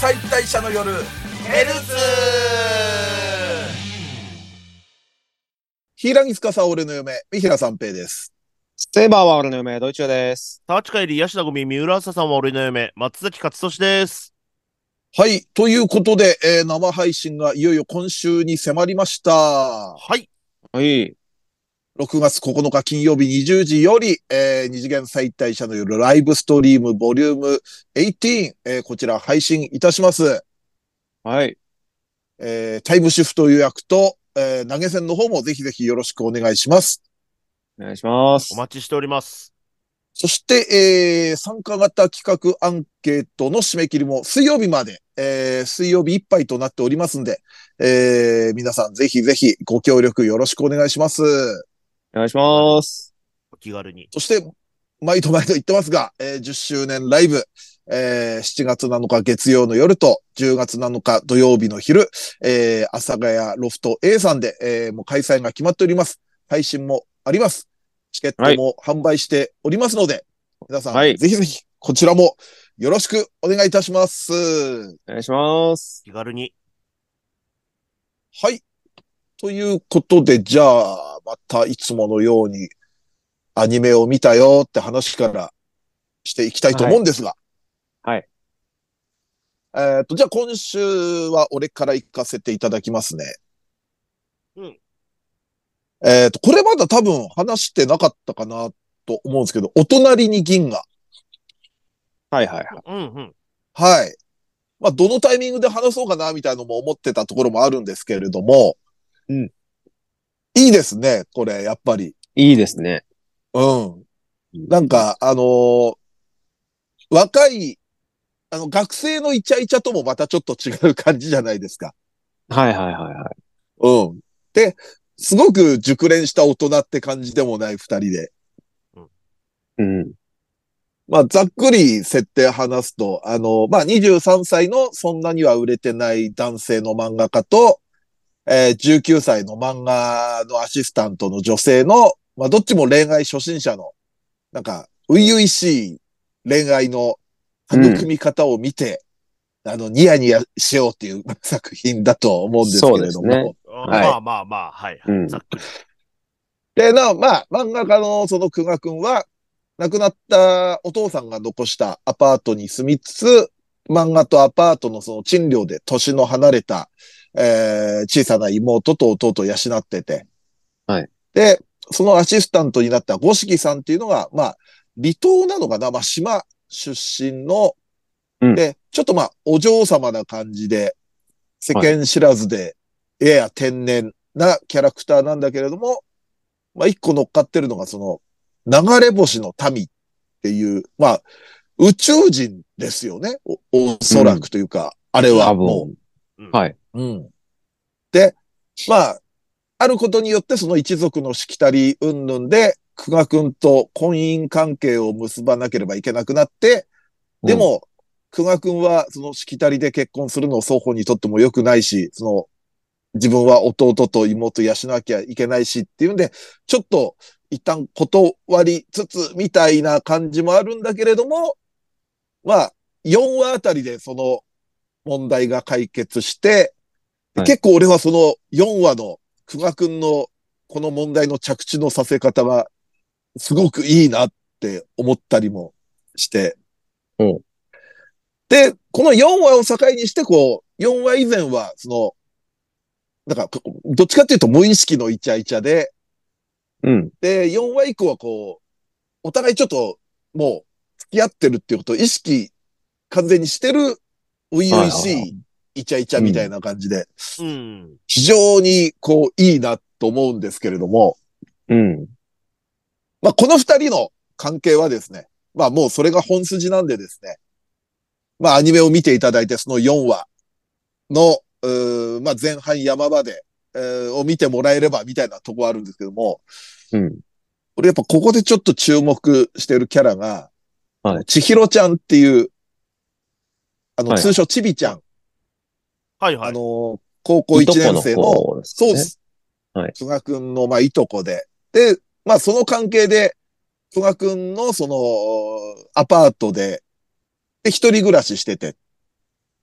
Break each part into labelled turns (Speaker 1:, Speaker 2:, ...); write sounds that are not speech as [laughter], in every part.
Speaker 1: 解体者の夜ヘルツ
Speaker 2: 平塚さん、俺の嫁、三平三平です。
Speaker 3: セーバーは俺の嫁、ドイツです。
Speaker 4: ターチカイリー、ヤシナゴミ、三浦朝さんは俺の嫁、松崎勝利です。
Speaker 2: はい。ということで、えー生配信がいよいよ今週に迫りました。
Speaker 4: はい。
Speaker 3: はい。
Speaker 2: 6月9日金曜日20時より、えー二次元再退者の夜ライブストリームボリューム18、えーこちら配信いたします。
Speaker 3: はい。
Speaker 2: えータイムシフト予約と、えー投げ銭の方もぜひぜひよろしくお願いします。
Speaker 3: お願いします
Speaker 4: お。待ちしております。
Speaker 2: そして、えー参加型企画アンケートの締め切りも水曜日まで、えー水曜日いっぱいとなっておりますんで、えー皆さんぜひぜひご協力よろしくお願いします。
Speaker 3: お願いします。
Speaker 4: お気軽に。
Speaker 2: そして、毎度毎度言ってますが、えー10周年ライブ、えー7月7日月曜の夜と10月7日土曜日の昼、えー、阿佐ヶ谷ロフト A さんで、えーもう開催が決まっております。配信もあります。チケットも販売しておりますので、皆さん、
Speaker 3: はい
Speaker 2: ぜひぜひこちらもよろしくお願いいたします。
Speaker 3: お願いします。
Speaker 4: 気軽に。
Speaker 2: はい。ということで、じゃあ、またいつものようにアニメを見たよって話からしていきたいと思うんですが。
Speaker 3: はい
Speaker 2: えっと、じゃあ今週は俺から行かせていただきますね。
Speaker 4: うん。
Speaker 2: えっと、これまだ多分話してなかったかなと思うんですけど、お隣に銀河。
Speaker 3: はいはいはい。
Speaker 4: うんうん。
Speaker 2: はい。まあ、どのタイミングで話そうかな、みたいなのも思ってたところもあるんですけれども。
Speaker 3: うん。
Speaker 2: いいですね、これ、やっぱり。
Speaker 3: いいですね。
Speaker 2: うん。なん、か、あのー若い、あの、学生のイチャイチャともまたちょっと違う感じじゃないですか。
Speaker 3: はいはいはいはい。
Speaker 2: うん。で、すごく熟練した大人って感じでもない二人で。
Speaker 3: うん。
Speaker 2: まあ、ざっくり設定話すと、あの、まあ、23歳のそんなには売れてない男性の漫画家と、えー19歳の漫画のアシスタントの女性の、まあ、どっちも恋愛初心者の、なんか、初々しい恋愛の育み方を見て、あの、ニヤニヤしようっていう作品だと思うんですけれど
Speaker 3: そう
Speaker 2: も。
Speaker 3: ですね
Speaker 4: あ
Speaker 3: い
Speaker 4: まあまあまあ、はい。
Speaker 3: うん
Speaker 4: ざっくり。
Speaker 2: で、な、まあ、漫画家のその久我くんは、亡くなったお父さんが残したアパートに住みつつ、漫画とアパートのその賃料で年の離れた、えー小さな妹と弟を養ってて。
Speaker 3: はい。
Speaker 2: で、そのアシスタントになった五色さんっていうのが、まあ、離島なのかなまあ、島出身の、
Speaker 3: うん
Speaker 2: で、ちょっとまあ、お嬢様な感じで、世間知らずで、やや天然なキャラクターなんだけれども、まあ、一個乗っかってるのが、その、流れ星の民っていう、まあ、宇宙人ですよね。お、おそらくというか、あれは
Speaker 3: 多
Speaker 2: も
Speaker 3: 分。
Speaker 4: うん
Speaker 3: はい。
Speaker 2: う。うん。で、まあ、あることによってその一族のしきたり云々で、久我くんと婚姻関係を結ばなければいけなくなって、でも、久我くんは、そのしきたりで結婚するのを双方にとっても良くないし、その、自分は弟と妹養わなきゃいけないしっていうんで、ちょっと一旦断りつつみたいな感じもあるんだけれども、まあ、4話あたりでその問題が解決して、で
Speaker 3: はい
Speaker 2: 結構俺はその4話の久我くんのこの問題の着地のさせ方がすごくいいなって思ったりもして。
Speaker 3: うん
Speaker 2: で、この4話を境にして、こう、4話以前は、その、なんか、こどっちかっていうと無意識のイチャイチャで、
Speaker 3: うん。
Speaker 2: で、4話以降はこう、お互いちょっと、もう、付き合ってるっていうことを意識、完全にしてる、初々し
Speaker 3: はいはいはい
Speaker 2: イチャイチャみたいな感じで、
Speaker 4: うん。
Speaker 2: 非常にこう、いいなと思うんですけれども、
Speaker 3: うん。
Speaker 2: まあ、この二人の関係はですね、まあもうそれが本筋なんでですね、まあアニメを見ていただいてその4話の、うーまあ前半山場で、えーを見てもらえればみたいなとこあるんですけども、
Speaker 3: うん。
Speaker 2: 俺やっぱここでちょっと注目してるキャラが、
Speaker 3: はい
Speaker 2: ちひろちゃんっていう、あの、
Speaker 3: はい
Speaker 2: 通称ちびちゃん、
Speaker 4: はいはい。
Speaker 2: あのー高校1年生の、
Speaker 3: そうです
Speaker 2: そう
Speaker 3: ね
Speaker 2: で。す。
Speaker 3: はい
Speaker 2: 久我くんの、まあ、いとこで。で、まあ、その関係で、久我くんの、その、アパートで、で、一人暮らししてて。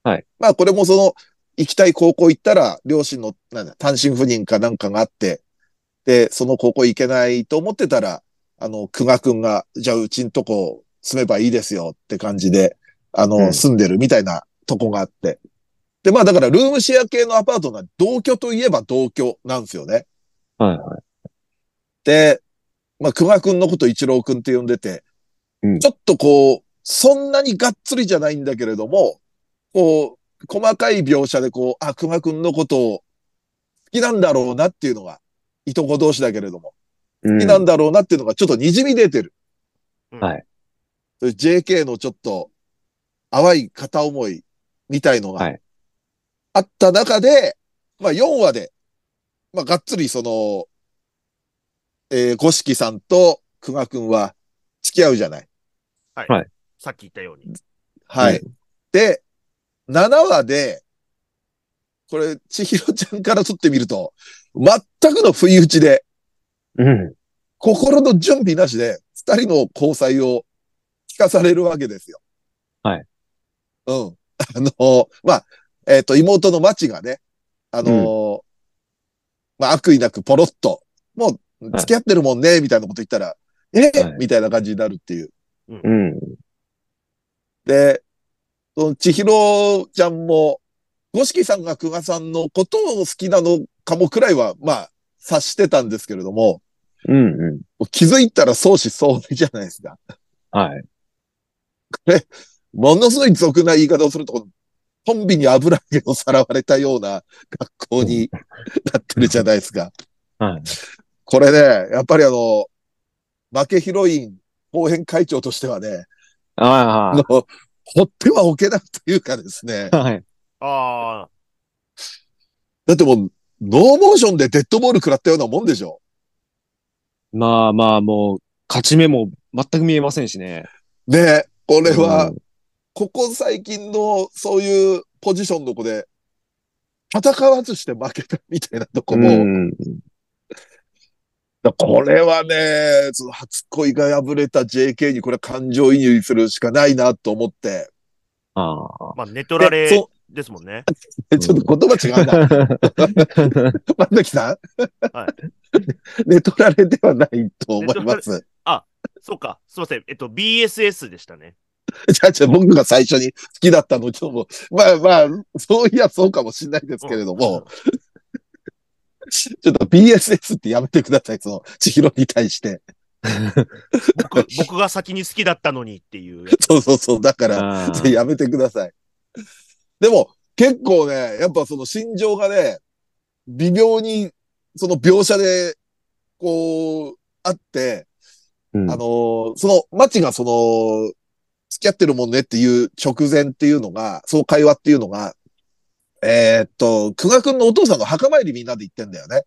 Speaker 3: はい。
Speaker 2: まあこれもその、行きたい高校行ったら、両親の、なんだ、単身赴任かなんかがあって、で、その高校行けないと思ってたら、あの、久我くんが、じゃあうちんとこ住めばいいですよって感じで、あの、
Speaker 3: うん
Speaker 2: 住んでるみたいなとこがあって。で、まあだからルームシェア系のアパートが同居といえば同居なんですよね。
Speaker 3: はいはい。
Speaker 2: で、まあ、久我くんのこと一郎くんって呼んでて、
Speaker 3: うん
Speaker 2: ちょっとこう、そんなにがっつりじゃないんだけれども、こう、細かい描写でこう、あ、久我くんのことを好きなんだろうなっていうのが、いとこ同士だけれども、
Speaker 3: うん
Speaker 2: 好きなんだろうなっていうのがちょっと滲み出てる。
Speaker 4: うん
Speaker 3: はい。
Speaker 2: JK のちょっと、淡い片思いみたいの
Speaker 3: は
Speaker 2: が
Speaker 3: い
Speaker 2: あった中で、まあ4話で、まあがっつりその、えー、五色さんと久我くんは付き合うじゃない。
Speaker 4: さっき言ったように。
Speaker 2: はい。で、7話で、これ、千尋ちゃんから撮ってみると、全くの不意打ちで、
Speaker 3: うん。
Speaker 2: 心の準備なしで、二人の交際を聞かされるわけですよ。
Speaker 3: はい。
Speaker 2: うん。あの、まあ、えっ、と、妹のマチがね、あの、まあ、悪意なくポロッと、もう、付き合ってるもんね、みたいなこと言ったら、え、
Speaker 3: はい
Speaker 2: みたいな感じになるっていう。
Speaker 3: うん。
Speaker 2: で、その千尋ちゃんも、五色さんが久我さんのことを好きなのかもくらいは、まあ、察してたんですけれども、
Speaker 3: うん。うん。
Speaker 2: もう気づいたら相思相愛じゃないですか。
Speaker 3: はい。
Speaker 2: ものすごい俗な言い方をすると、コンビに油揚げをさらわれたような学校になってるじゃないですか。
Speaker 3: はい。
Speaker 2: これね、やっぱりあの、負けヒロイン後編会長としてはね、あ
Speaker 3: あ
Speaker 2: の、放ってはおけないというかですね
Speaker 3: あ。、はい。
Speaker 4: ああ、
Speaker 2: だってもう、ノーモーションでデッドボール食らったようなもんでしょ
Speaker 3: まあまあ、もう、勝ち目も全く見えませんしね。
Speaker 2: ねえ、こ
Speaker 3: こ
Speaker 2: れは、、ここ最近のそういうポジションの子で、戦わずして負けたみたいなとこ
Speaker 3: うん
Speaker 2: も、
Speaker 3: うん。
Speaker 2: だこれはね、その初恋が破れた JK にこれ感情移入するしかないなと思って。
Speaker 3: あ
Speaker 4: まあ、寝取ら
Speaker 2: え
Speaker 4: れ
Speaker 2: そ
Speaker 4: ですもんね。
Speaker 2: えちょっと言葉違う
Speaker 4: [laughs]
Speaker 2: な。
Speaker 3: あ。
Speaker 2: 万崎さん [laughs]
Speaker 4: は
Speaker 2: 寝取られではないと思います。
Speaker 4: そうか、すいません。えっと、BSS でしたね。
Speaker 2: [laughs] じゃあ、じゃあ僕が最初に好きだったのちょっともう、まあまあ、そういやそうかもしれないですけれども、ちょっと BSS ってやめてください、その、千尋に対して。
Speaker 4: 僕、
Speaker 2: [laughs]
Speaker 4: 僕が先に好きだったのにっていう。
Speaker 2: そうそうそう、だから、
Speaker 3: あ
Speaker 2: ぜひやめてください。でも、結構ね、やっぱその心情がね、微妙に、その描写で、こう、あって、あのーその、マチがその、付き合ってるもんねっていう直前っていうのが、その会話っていうのが、えーっと、久我くんのお父さんの墓参りみんなで行ってんだよね。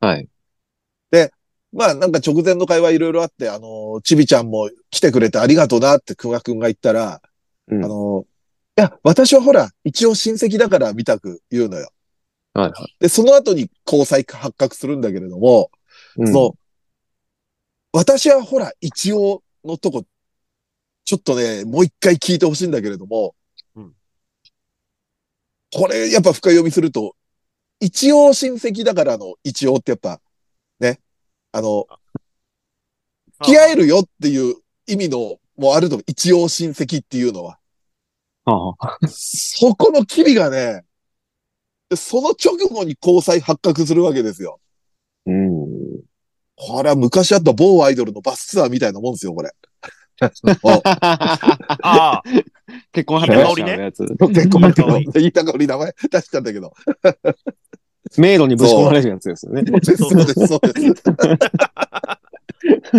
Speaker 3: はい。
Speaker 2: まあなんか直前の会話いろいろあって、あのーちびちゃんも来てくれてありがとうなって久我くんが言ったら、
Speaker 3: うん
Speaker 2: あの、いや、私はほら、一応親戚だから、みたく言うのよ。
Speaker 3: はいは
Speaker 2: で、その後に交際が発覚するんだけれども、
Speaker 3: い。
Speaker 2: その、私はほら、一応のとこ、ちょっとね、もう一回聞いてほしいんだけれども、
Speaker 4: うん
Speaker 2: これ、やっぱ深読みすると、一応親戚だからの一応ってやっぱ、ね、あの、付き合えるよっていう意味の、もあるの、一応親戚っていうのは。
Speaker 3: ああ
Speaker 2: そこの機微がね、でその直後に交際発覚するわけですよ。
Speaker 3: うん。
Speaker 2: これは昔あった某アイドルのバスツアーみたいなもんですよ、こ [laughs] れ。も
Speaker 4: ああ、
Speaker 3: 結婚
Speaker 4: 発
Speaker 3: 発
Speaker 4: 表した
Speaker 3: 表した [laughs] やつ。
Speaker 2: う結構、
Speaker 4: いい
Speaker 2: 結
Speaker 4: 香
Speaker 2: 構
Speaker 4: り、
Speaker 2: 言いたかり名前出したんだけど。
Speaker 3: 迷路にぶち込まれるやつですよね。
Speaker 2: [laughs] そうです、そうです、そうで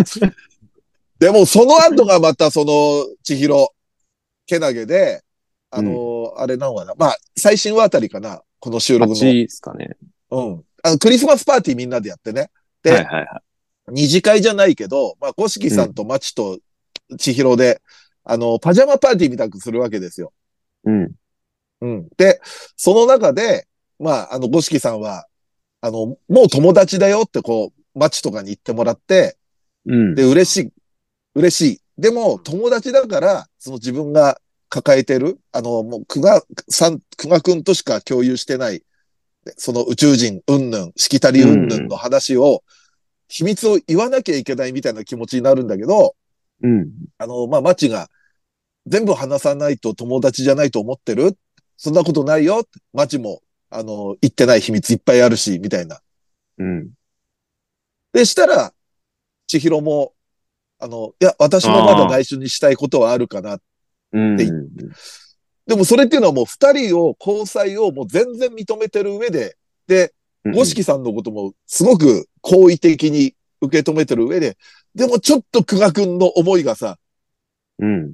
Speaker 2: す。 [laughs] でも、その後がまた、その、千尋、けなげで、あの、あれなのかな。まあ、最新話あたりかな、この収録
Speaker 3: 8
Speaker 2: の。
Speaker 3: ですかね。
Speaker 2: うん。あの、クリスマスパーティーみんなでやってね。で
Speaker 3: はいはいは
Speaker 2: 二次会じゃないけど、まあ、五色さんと町と千尋で、あの、パジャマパーティーみたくするわけですよ。
Speaker 3: い。うん。
Speaker 2: うん。で、その中で、まあ、あの、五色さんは、あの、もう友達だよってこう、町とかに言ってもらって、
Speaker 3: うん。
Speaker 2: で、嬉しい、嬉しい。でも、友達だから、その自分が抱えてる、あの、もう、久我さん、久我くんとしか共有してない、その宇宙人、うんぬん、しきたりうんぬんの話を、秘密を言わなきゃいけないみたいな気持ちになるんだけど、
Speaker 3: うん。
Speaker 2: あの、まあ、マッチが、全部話さないと友達じゃないと思ってるそんなことないよ。マッチも、あの、言ってない秘密いっぱいあるし、みたいな。
Speaker 3: うん。
Speaker 2: で、したら、千尋も、あの、いや、私もまだ内緒にしたいことはあるかな。
Speaker 3: うん。
Speaker 2: ででもそれっていうのはもう二人を、交際をもう全然認めてる上で、で、五色さんのこともすごく好意的に受け止めてる上で、でもちょっと久我くんの思いがさ、
Speaker 3: うん。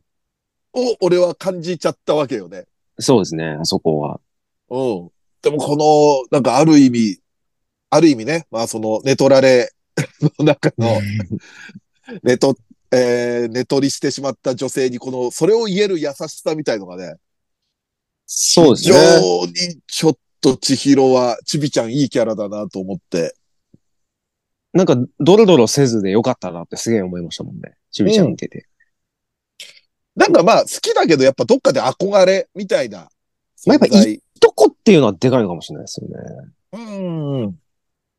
Speaker 2: を俺は感じちゃったわけよね。
Speaker 3: そうですね、あそこは。
Speaker 2: うん。でもこの、なんかある意味、ある意味ね、まあその、寝取られ [laughs] の中の、寝と、えー、寝取りしてしまった女性に、この、それを言える優しさみたいのがね、
Speaker 3: そうです
Speaker 2: 非
Speaker 3: ね。
Speaker 2: 常にちょっと千尋は、ちびちゃんいいキャラだなと思って。
Speaker 3: なんか、ドロドロせずでよかったなってすげえ思いましたもんね。ちびちゃん見てて。
Speaker 2: なんかまあ好きだけど、やっぱどっかで憧れみたいな。
Speaker 3: まあやっぱ
Speaker 2: 存在
Speaker 3: どこっていうのはでかいのかもしれないですよね。
Speaker 2: うん。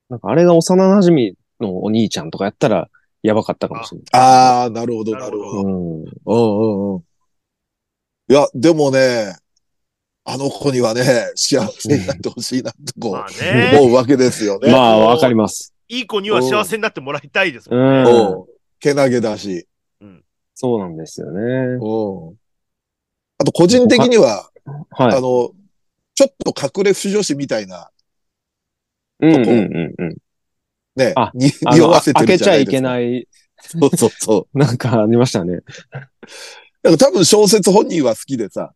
Speaker 3: なんかあれが幼馴染のお兄ちゃんとかやったら、やばかったかもしれない。
Speaker 2: ああ、なるほど、な
Speaker 4: な
Speaker 2: る
Speaker 4: る
Speaker 2: ほ
Speaker 4: ほ
Speaker 2: ど
Speaker 4: ど。
Speaker 3: うん。
Speaker 2: うんうんうん。いや、でもね、あの子にはね、幸せになってほしいなとこ
Speaker 4: まあ
Speaker 2: う
Speaker 4: ね。
Speaker 2: 思うわけですよね。
Speaker 3: まあ、わかります。
Speaker 4: いい子には幸せになってもらいたいですもん
Speaker 3: う
Speaker 4: ね。
Speaker 3: ん
Speaker 2: うん。けなげだし。
Speaker 3: そうなんですよね
Speaker 2: うん。。あと、個人的には、あ
Speaker 3: はい。
Speaker 2: の、ちょっと隠れ不女子みたいな、
Speaker 3: うんうんうんうん。
Speaker 2: ね
Speaker 3: あ、
Speaker 2: に
Speaker 3: あ
Speaker 2: 匂
Speaker 3: の
Speaker 2: わ
Speaker 3: あ
Speaker 2: せて
Speaker 3: 開
Speaker 2: る
Speaker 3: け
Speaker 2: じ
Speaker 3: ち
Speaker 2: ゃ
Speaker 3: ゃ
Speaker 2: ない
Speaker 3: い
Speaker 2: です
Speaker 3: け
Speaker 2: か。
Speaker 3: ない、
Speaker 2: そうそうそ
Speaker 3: なんかありましたね。
Speaker 2: う。だから多分小説本人は好きでさ、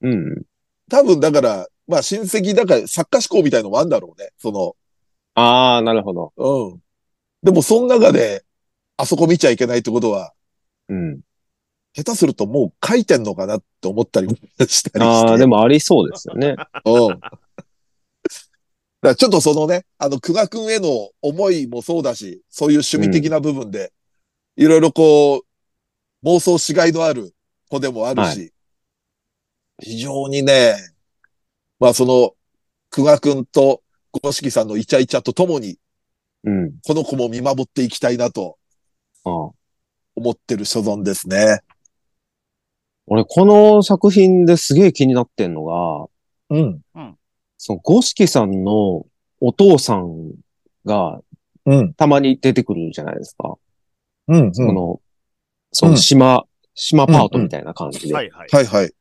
Speaker 3: うん。
Speaker 2: 多分だから、まあ親戚だから作家志向みたいのもあるんだろうね。その、
Speaker 3: ああ、なるほど。
Speaker 2: うん。でもその中で、あそこ見ちゃいけないってことは、
Speaker 3: うん。
Speaker 2: 下手するともう書いてんのかなって思ったりもしたりして。
Speaker 3: ああ、で
Speaker 2: も。
Speaker 3: もありそうですよね。
Speaker 2: うん。だからちょっとそのね、あの、久我くんへの思いもそうだし、そういう趣味的な部分で、いろいろこう、妄想しがいのある子でもあるし、非常にね、まあその、久我くんと五色さんのイチャイチャとともに、
Speaker 3: [laughs] うん。
Speaker 2: この子も見守っていきたいなと
Speaker 3: ああ
Speaker 2: 思ってる所存ですね。
Speaker 3: 俺、この作品ですげえ気になってんのが、
Speaker 2: うん。
Speaker 3: その五色さんのお父さんが
Speaker 2: うん。
Speaker 3: たまに出てくるじゃないですか。
Speaker 2: うん。うん
Speaker 3: その、その島、島パートみたいな感じで。
Speaker 4: はいはい。
Speaker 2: はいはい。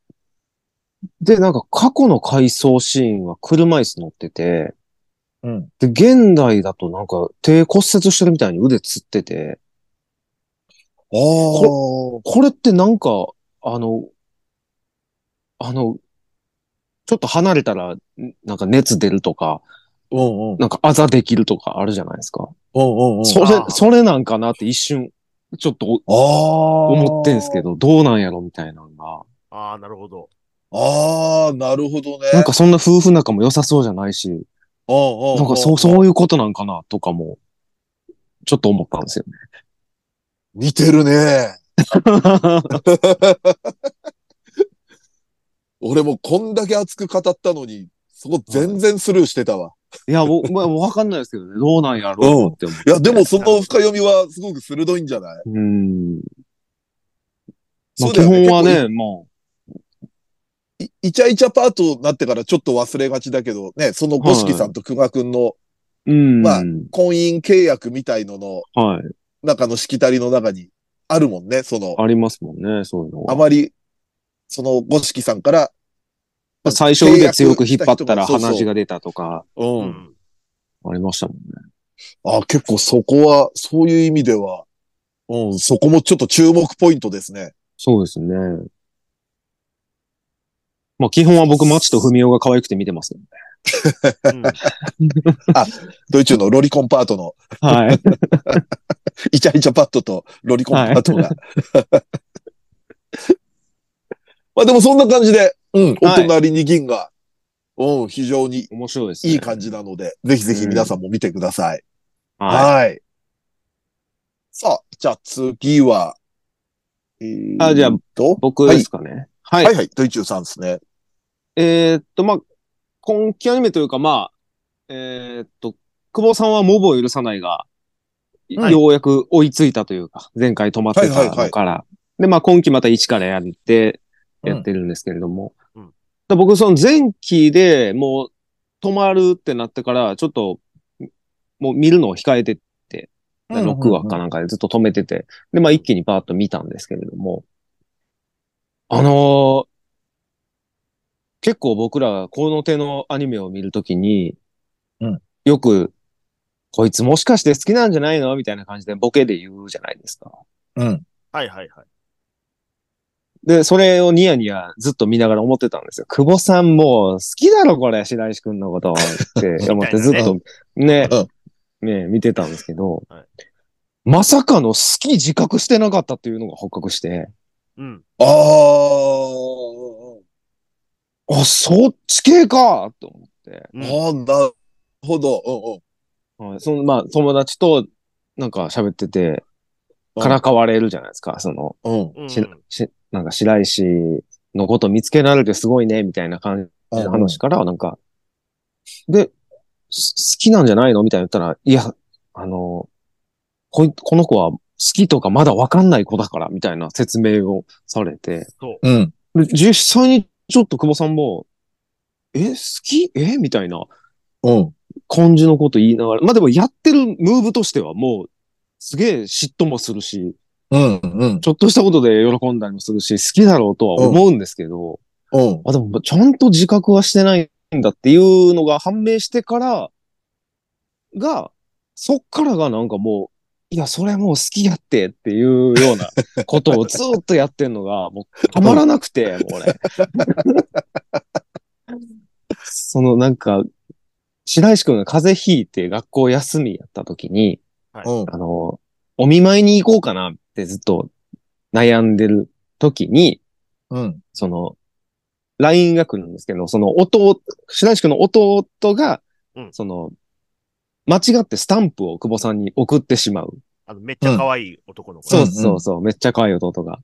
Speaker 3: で、なんか過去の回想シーンは車椅子乗ってて、
Speaker 2: うん。
Speaker 3: で、現代だとなんか手骨折してるみたいに腕つってて、
Speaker 2: ああ。
Speaker 3: これってなんか、あの、あの、ちょっと離れたら、んなんか熱出るとか、
Speaker 2: うんうん。
Speaker 3: なんかあざできるとかあるじゃないですか。
Speaker 2: うんうんうん。
Speaker 3: それ
Speaker 4: あ、ー
Speaker 3: それなんかなって一瞬、ちょっとお
Speaker 2: ああ。
Speaker 3: 思ってんすけ
Speaker 2: ど。
Speaker 3: ど、どうなんやろみたいなのが。
Speaker 4: ああ、なるほど。
Speaker 2: ああ、なるほどね。
Speaker 3: なんかそんな夫婦仲も良さそうじゃないし、
Speaker 2: うんうんうん、
Speaker 3: なんかそう、そういうことなんかなとかも、ちょっと思ったんですよね。
Speaker 2: 似てるね。俺もこんだけ熱く語ったのに、そこ全然スルーしてたわ。
Speaker 3: [laughs] いや、もう、まあ、わかんないですけどね。どうなんやろうって思って。
Speaker 2: いや、でもその深読みはすごく鋭いんじゃない
Speaker 3: うん。ま
Speaker 2: そ
Speaker 3: あ、
Speaker 2: う
Speaker 3: 基
Speaker 2: だよね
Speaker 3: 本はね、も
Speaker 2: いイチャイチャパートになってからちょっと忘れがちだけど、ね、その五色さんと久我くんの
Speaker 3: う、うん。
Speaker 2: まあ婚姻契約みたいのの
Speaker 3: はい。
Speaker 2: 中のしきたりの中にあるもんね、その、
Speaker 3: ありますもんね、そういうの
Speaker 2: あ
Speaker 3: は。
Speaker 2: まり、その五色さんから、
Speaker 3: 最初腕強く引っ張
Speaker 2: 契約した人もそ
Speaker 3: ったら
Speaker 2: うそう
Speaker 3: 鼻血が出たとか、
Speaker 2: う。
Speaker 4: うんん。
Speaker 3: ありましたもんね。
Speaker 2: あ、結構そこは、そういう意味では、うん、そこもちょっと注目ポイントですね。
Speaker 3: そうですね。まあ、基本は僕、マチとフミオが可愛くて見てますけどね。
Speaker 4: うん
Speaker 2: ドイツのロリコンパートの、
Speaker 3: はい。
Speaker 2: イチャイチャパッドとロリコンパートが。 [laughs] まあでもそんな感じで、うん、お
Speaker 3: はい
Speaker 2: 隣に銀が、うん、非常に
Speaker 3: 面白いですね。
Speaker 2: いい感じなので、ぜひぜひ皆さんも見てください。
Speaker 3: は
Speaker 2: はい。さあ、じゃあ次は、えー
Speaker 3: あじゃあ
Speaker 2: と
Speaker 3: い。僕ですかね。はい。
Speaker 2: はいはい、ドイチューさんですね。
Speaker 3: えーっと、まあ、今期アニメというか、まあ、えーっと、久保さんはモブを許さないが、
Speaker 4: はい
Speaker 3: ようやく追いついたというか、前回止まってたのから、
Speaker 2: はいはい
Speaker 3: で、まあ、今期また一からやって、
Speaker 2: うん
Speaker 3: やってるんですけれども、
Speaker 4: うん
Speaker 3: で僕、その前期でもう止まるってなってから、ちょっと、もう見るのを控えてて、6話かなんかでずっと止めてて、で、まあ、一気にパーッと見たんですけれども、あのー結構僕らがこの手のアニメを見るときに、
Speaker 2: うん
Speaker 3: よく、こいつもしかして好きなんじゃないのみたいな感じでボケで言うじゃないですか。
Speaker 2: うん。
Speaker 4: はいはいはい。
Speaker 3: で、それをニヤニヤずっと見ながら思ってたんですよ。久保さんもう好きだろこれ、白石くんのことって思ってずっとね、ね、見てたんですけど、
Speaker 4: はい
Speaker 3: まさかの好き自覚してなかったっていうのが発覚して、
Speaker 4: うん。
Speaker 2: あー
Speaker 3: あ、そっち系かと思って。
Speaker 4: うん
Speaker 2: あー、なるほど。う
Speaker 3: はい、その、まあ、友達と、なんか喋ってて、
Speaker 2: うん
Speaker 3: からかわれるじゃないですか。その、
Speaker 2: んうん。う
Speaker 4: うん
Speaker 2: ん。
Speaker 3: し、しなんか白石のこと見つけられてすごいね、みたいな感じの話から、なんか、で、す好きなんじゃないのみたいな言ったら、いや、あの、こい、この子は好きとかまだわかんない子だから、みたいな説明をされて、
Speaker 4: そう。
Speaker 2: うん。
Speaker 3: で実際にちょっと久保さんも、え、好きえみたいな
Speaker 2: うん。
Speaker 3: 感じのこと言いながら、まあでもやってるムーブとしてはもう、すげえ嫉妬もするし、
Speaker 2: うん。うん。
Speaker 3: ちょっとしたことで喜んだりもするし、好きだろうとは思うんですけど、
Speaker 2: うん。
Speaker 3: あ、でもちゃんと自覚はしてないんだっていうのが判明してから、が、そっからがなんかもう、いや、それもう好きやってっていうようなことをずーっとやってんのが、もうたまらなくて、もう俺。そのなんか、白石くんが風邪ひいて学校休みやった時に、
Speaker 2: うん。
Speaker 3: あの、お見舞いに行こうかなってずっと悩んでる時に、
Speaker 2: うん。
Speaker 3: その、LINE が来るんですけど、その弟、白石君の弟が、
Speaker 4: うん
Speaker 3: その、間違ってスタンプを久保さんに送ってしまう。
Speaker 4: あの、めっちゃ可愛い男の子。
Speaker 3: そううんそうそう、めっちゃ可愛い弟が。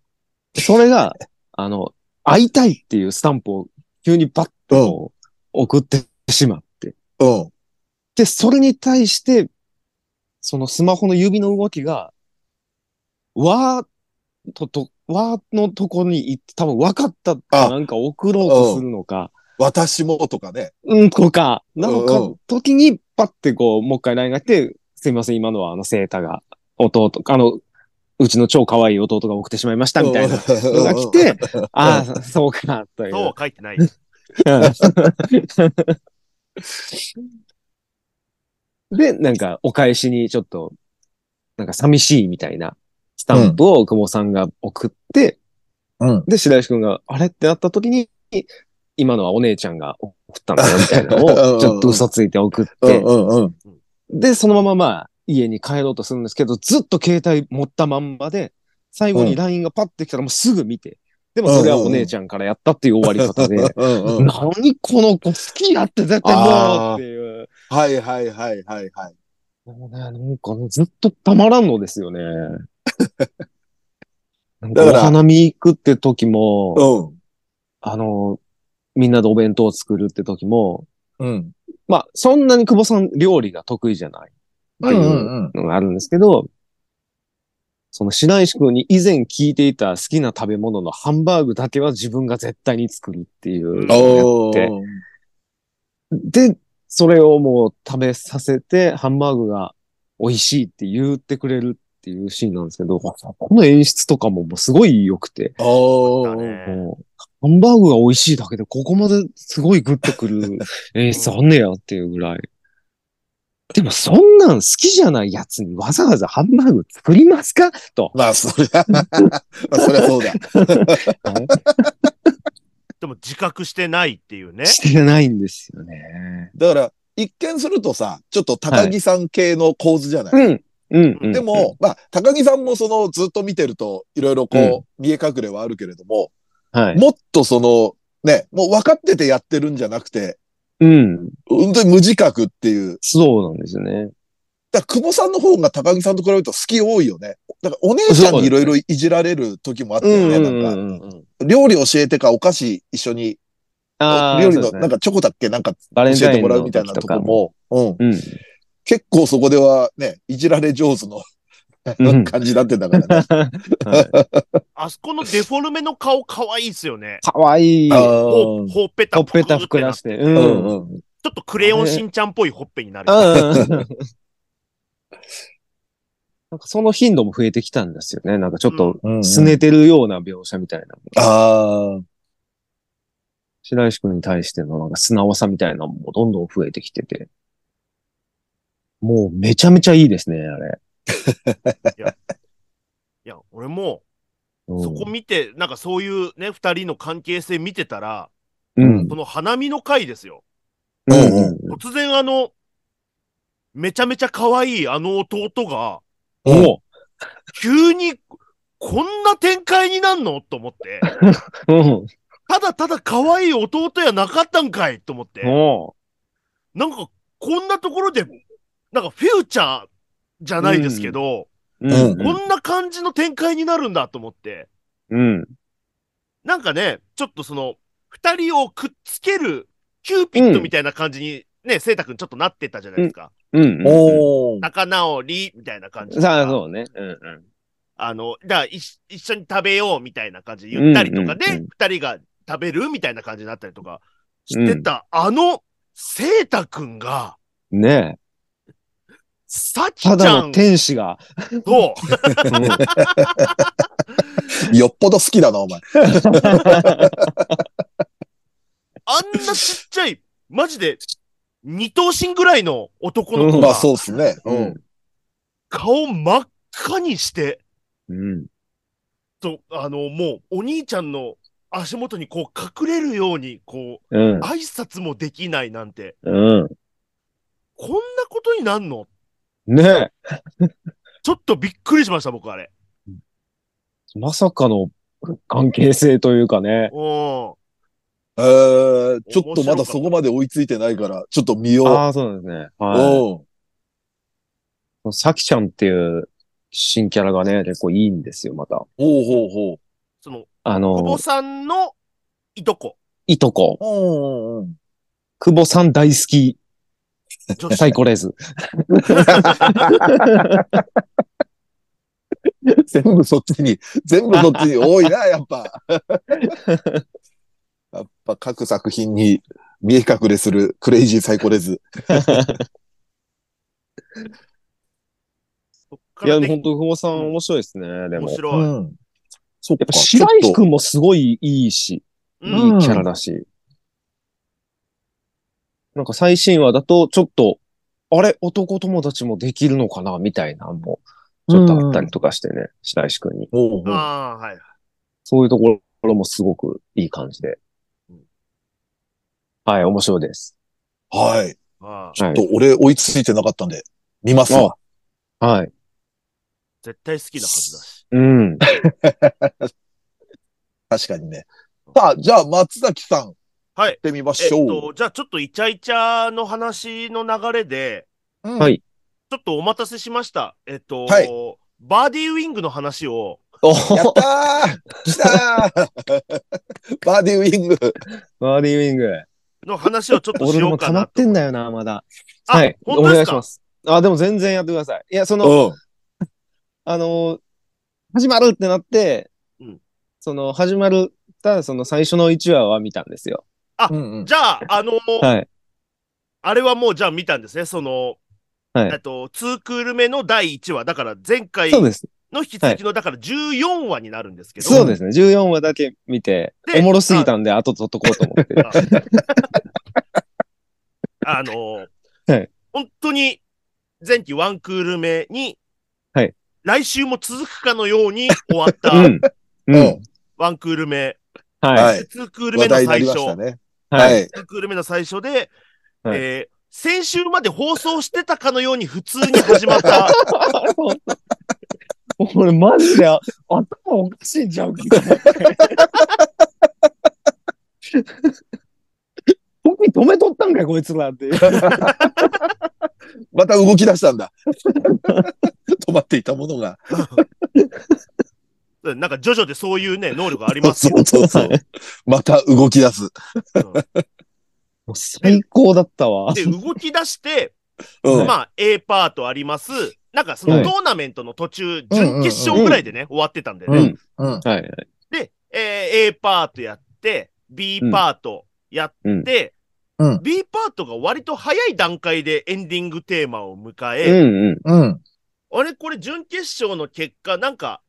Speaker 3: それが、 [laughs] あの、会いたいっていうスタンプを急にバッとこう送ってしまって。
Speaker 2: うん。
Speaker 3: で、それに対して、そのスマホの指の動きが、わーとと、わーのとこに行って、多分分かったか
Speaker 2: あ
Speaker 3: なんか送ろうとするのか、
Speaker 2: 私もとかね。
Speaker 3: うんこか、なの
Speaker 2: うんう
Speaker 3: か
Speaker 2: ん、
Speaker 3: 時に、パッてこう、もう一回 LINE が来て、すいません、今のはあの、セータが、弟、あの、うちの超可愛い弟が送ってしまいました、みたいなのが来て、ああ、そうか、という。
Speaker 4: そうは書いてない。
Speaker 3: [laughs] で、なんか、お返しにちょっと、なんか寂しいみたいなスタンプを久保さんが送って、
Speaker 2: うん
Speaker 3: で、白石くんが、あれってなった時に、今のはお姉ちゃんが送ったんだよ、みたいなの
Speaker 2: [laughs] う
Speaker 3: を、
Speaker 2: ん
Speaker 3: ちょっと嘘ついて送っ
Speaker 2: う
Speaker 3: て
Speaker 2: ん、うんうん。
Speaker 3: で、そのまままあ、家に帰ろうとするんですけど、ずっと携帯持ったまんまで、最後
Speaker 2: う
Speaker 3: に
Speaker 2: ん
Speaker 3: LINE がパッてきたらもうすぐ見て、でもそれはお姉ちゃんからやったっていう終わり方で、
Speaker 2: うんうん。
Speaker 3: [laughs] 何この子好きやって絶対もうっていう。
Speaker 2: はいはいはいはいはい。
Speaker 3: もうね、なんかねずっとたまらんので
Speaker 2: [laughs]
Speaker 3: すよね。なん
Speaker 2: だ
Speaker 3: かお
Speaker 2: から
Speaker 3: 花見行くって時も、
Speaker 2: うん。
Speaker 3: あの、みんなでお弁当を作るって時も、
Speaker 2: うん。
Speaker 3: まあ、そんなに久保さん料理が得意じゃないっていうのがあるんですけど、その白石君に以前聞いていた好きな食べ物のハンバーグだけは自分が絶対に作るっていうの
Speaker 2: お
Speaker 3: をやって、
Speaker 2: ー。
Speaker 3: で、それをもう食べさせて、ハンバーグが美味しいって言ってくれるっていうシーンなんですけど、この演出とかももうすごい良くて、
Speaker 2: お
Speaker 4: だ
Speaker 2: ー。
Speaker 4: ね
Speaker 3: もうハンバーグが美味しいだけでここまですごいグッとく [laughs] る演出あんねやっていうぐらい。でもそんなん好きじゃないやつにわざわざハンバーグ作りますかと。
Speaker 2: まあ、そりゃ、まあ、そりゃそうだ。
Speaker 3: [laughs]
Speaker 4: でも自覚してないっていうね。
Speaker 3: してないんですよね。
Speaker 2: だから、一見するとさ、ちょっと高木さん系の構図じゃない、
Speaker 3: うん。うん。うん
Speaker 2: で、も、まあ、高木さんもその、ずっと見てると、いろいろこう、見え隠れはあるけれども、
Speaker 3: はい。
Speaker 2: もっとその、ね、もう分かっててやってるんじゃなくて、
Speaker 3: うん。
Speaker 2: 本当に無自覚っていう。
Speaker 3: そうなんですよね。
Speaker 2: だから久保さんの方が高木さんと比べると好き多いよね。だからお姉ちゃんにいろいろいじられる時もあったよね。なんか、
Speaker 3: ん。
Speaker 2: 料理教えてかお菓子一緒に、
Speaker 3: ああ、
Speaker 2: 料理
Speaker 3: そうで
Speaker 2: の、
Speaker 3: すね
Speaker 2: なんかチョコだっけなんか
Speaker 3: バ
Speaker 2: 教
Speaker 3: レ
Speaker 2: え
Speaker 3: ンタイ
Speaker 2: て
Speaker 3: ン
Speaker 2: もらう
Speaker 3: の
Speaker 2: みたいな
Speaker 3: 時
Speaker 2: と
Speaker 3: と
Speaker 2: こ
Speaker 3: か
Speaker 2: も、うん。
Speaker 3: うん。
Speaker 2: 結構そこではね、いじられ上手の [laughs]
Speaker 3: うん
Speaker 2: 感じになってたからね。
Speaker 3: はい
Speaker 4: あそこのデフォルメの顔可愛いっすよね。
Speaker 3: かわいい。
Speaker 2: あ
Speaker 4: ほ
Speaker 3: ほ
Speaker 2: ー
Speaker 4: ほっぺた。
Speaker 3: っぺた膨ら
Speaker 4: ち
Speaker 3: して。う。
Speaker 2: うんん
Speaker 3: うん。
Speaker 2: うん。
Speaker 4: ょっとクレヨンしんちゃんっぽいほっぺになる。
Speaker 3: [laughs] なんかその頻度も増えてきたんですよね。なんかちょっと、
Speaker 2: うんうん
Speaker 3: 拗ねてるような描写みたいな。
Speaker 2: ああ。
Speaker 3: 白石くんに対してのなんか素直さみたいなのもどんどん増えてきてて。もうめちゃめちゃいいですね、あれ。
Speaker 4: いや、俺も
Speaker 3: うん、
Speaker 4: そこ見て、なんかそういうね、二人の関係性見てたら、
Speaker 3: うん。
Speaker 4: この花見の回ですよ。
Speaker 3: うん
Speaker 2: うん
Speaker 3: うん
Speaker 4: 突然あの、めちゃめちゃ可愛いあの弟が、
Speaker 2: うん
Speaker 3: も
Speaker 4: 急にこんな展開になんのと思
Speaker 3: [laughs]
Speaker 4: って、
Speaker 3: う、うん。
Speaker 4: ただただ可愛い弟やなかったんかいと思って、
Speaker 3: も
Speaker 4: なんかこんなところで、なんかフューチャーじゃないですけど、
Speaker 3: う。うん。
Speaker 4: こんな感じの展開になるんだと思って、
Speaker 3: うん。
Speaker 4: なんかね、ちょっとその、二人をくっつけるキューピッドみたいな感じに、ね、聖太くんちょっとなってたじゃないですか。
Speaker 3: うん。
Speaker 2: おー。
Speaker 4: 仲直りみたいな感じと
Speaker 3: さ
Speaker 4: か
Speaker 3: あ、そうね。うんうん。
Speaker 4: あの、だから一一緒に食べようみたいな感じで言ったりとかで、
Speaker 3: うん
Speaker 4: 二、
Speaker 3: うんうん
Speaker 4: 人が食べるみたいな感じになったりとかしてた、あの、セータくんが、
Speaker 3: ねえ。
Speaker 4: さきちゃ
Speaker 3: ただの
Speaker 4: んと、
Speaker 3: 天使が。
Speaker 2: よっぽど好きだな、お前。
Speaker 4: あんなちっちゃい、マジで、二頭身ぐらいの男の子
Speaker 2: まあ
Speaker 4: が、
Speaker 2: そうっすね。
Speaker 3: う
Speaker 2: うんん。
Speaker 4: 顔真っ赤にして、
Speaker 3: [laughs] うん。
Speaker 4: と、あの、もう、お兄ちゃんの足元にこう隠れるように、こ
Speaker 3: うん
Speaker 4: う、。挨拶もできないなんて、
Speaker 3: うん。
Speaker 4: こんなことになんの
Speaker 3: ねえ。
Speaker 4: ちょっとびっくりしました、僕、あれ。
Speaker 3: まさかの関係性というか
Speaker 4: [laughs]
Speaker 3: ね。
Speaker 4: うん。
Speaker 2: えー、ちょっとまだそこまで追いついてないから、ちょっと見よう。
Speaker 3: ああ、そうですね。は
Speaker 2: うん。
Speaker 3: い。さきちゃんっていう新キャラがね、結構いいんですよ、また。
Speaker 2: ほうほうほう。
Speaker 4: その、
Speaker 3: あ
Speaker 4: 久保
Speaker 3: の、
Speaker 4: さんのいとこ、
Speaker 3: いとこ。
Speaker 2: うんうんうん。
Speaker 3: 久保さん大好き、
Speaker 4: 女
Speaker 3: [laughs]
Speaker 4: 子
Speaker 3: サイコレーズ。
Speaker 2: 全部そっち [laughs] に、全部そっちに多いな、やっ [laughs] ぱ。やっぱ各作品に見え隠れするクレイジーサイコレズ。
Speaker 4: そっか
Speaker 3: いや、
Speaker 4: らで
Speaker 3: でも本当久保さん面白いですね、で
Speaker 4: 面
Speaker 3: も。やっ
Speaker 2: う
Speaker 4: 白い。
Speaker 2: ん。そっか。
Speaker 3: ぱ白石
Speaker 2: ちょ
Speaker 3: くんもすごいいいし、
Speaker 4: う
Speaker 3: い
Speaker 4: ん。
Speaker 3: いキャラだし。なんか最新話だと、ちょっと、あれ、男友達もできるのかなみたいなのも、ちょっとあったりとかしてね、白石くんに。
Speaker 2: っとほうほう
Speaker 4: ああー、はい。
Speaker 3: そういうところもすごくいい感じで
Speaker 4: うん。
Speaker 3: はい、面白いです。
Speaker 2: はい。
Speaker 4: あー
Speaker 2: ちょっ
Speaker 3: は
Speaker 2: と
Speaker 3: い。
Speaker 2: 俺追いついてなかったんで、見ますわ。
Speaker 3: はい。
Speaker 4: 絶対好きなはずだし。 [laughs]
Speaker 3: うん。
Speaker 2: 確かにね。さあ、じゃあ松崎さん。
Speaker 4: はい
Speaker 2: 行ってみま
Speaker 4: えっ
Speaker 2: しょう。
Speaker 4: と、じゃあちょっとイチャイチャの話の流れで、
Speaker 2: うん
Speaker 3: はい
Speaker 4: ちょっとお待たせしました。えっと、
Speaker 2: はい
Speaker 4: バーディーウィングの話を、
Speaker 3: お
Speaker 2: やったー来た
Speaker 4: [laughs]
Speaker 2: ーバーディーウィング。
Speaker 3: バーディーウィング。
Speaker 4: の話をちょっとし
Speaker 3: [laughs] 俺
Speaker 4: よ
Speaker 3: も
Speaker 4: うか
Speaker 3: 溜
Speaker 4: な
Speaker 3: ま
Speaker 4: と。
Speaker 3: ってんだよな、まだ。
Speaker 4: あ
Speaker 3: はい。
Speaker 4: 本当
Speaker 3: お
Speaker 4: ですか
Speaker 3: 願いします。あ、でも全然やってください。いや、その、
Speaker 2: うん。
Speaker 3: あのー始まるってなって、
Speaker 4: うん
Speaker 3: その、始まる、ただその最初の1話は見たんですよ。
Speaker 2: うんうん
Speaker 4: じゃあ、あの
Speaker 3: はい。
Speaker 4: あれはもうじゃあ見たんですね。その、
Speaker 3: はい
Speaker 4: えっと、2クール目の第1話。だから前回
Speaker 3: そう
Speaker 4: の
Speaker 3: です。
Speaker 4: 引き続きの、だから14話になるんですけど。
Speaker 3: そうですね。14話だけ見て、
Speaker 4: で
Speaker 3: おもろすぎたんで、後取っとこうと思って。
Speaker 4: あの
Speaker 3: はい
Speaker 4: 本当に前期ワンクール目に、
Speaker 3: はい
Speaker 4: 来週も続くかのように終わっ
Speaker 3: [laughs] う
Speaker 4: た
Speaker 3: ん。うん。
Speaker 4: ワンクール目、
Speaker 3: はい。
Speaker 2: はい。
Speaker 4: 2クール目
Speaker 2: 話
Speaker 4: の
Speaker 2: 題
Speaker 4: 最
Speaker 2: になりま
Speaker 4: 初、
Speaker 2: したね。
Speaker 3: は。
Speaker 2: はいい。
Speaker 4: 2クール目の最初で、
Speaker 3: はい
Speaker 4: えー先週まで放送してたかのように普通に始まった、
Speaker 3: [laughs] 俺、マジで、あ頭おかしいんちゃうかと思って。時止めとったんかい、こいつらっていう。
Speaker 2: また動き出したんだ。止まっていたものが。
Speaker 4: うんなんか、ジョジョでそういうね、能力あり
Speaker 2: そ
Speaker 4: ま
Speaker 2: う
Speaker 4: すよ。
Speaker 2: そうそうそう。また動き出す。
Speaker 4: う
Speaker 3: もう最高だったわ
Speaker 4: ん。で、動き出して、
Speaker 2: うん。
Speaker 4: まあ、A パートあります。なんか、そ
Speaker 3: は
Speaker 4: の
Speaker 3: い
Speaker 4: トーナメントの途中、準決勝ぐらいでね、終わってたんで
Speaker 2: う
Speaker 4: ね。
Speaker 2: ん。うん。
Speaker 3: はいはい。
Speaker 4: で、えー A パートやって、B パートやって、
Speaker 2: うんうん
Speaker 4: B パートが割と早い段階でエンディングテーマを迎
Speaker 3: う
Speaker 4: え、
Speaker 3: んうん。
Speaker 2: うん。
Speaker 4: あれこれ準決勝の結果、なんか、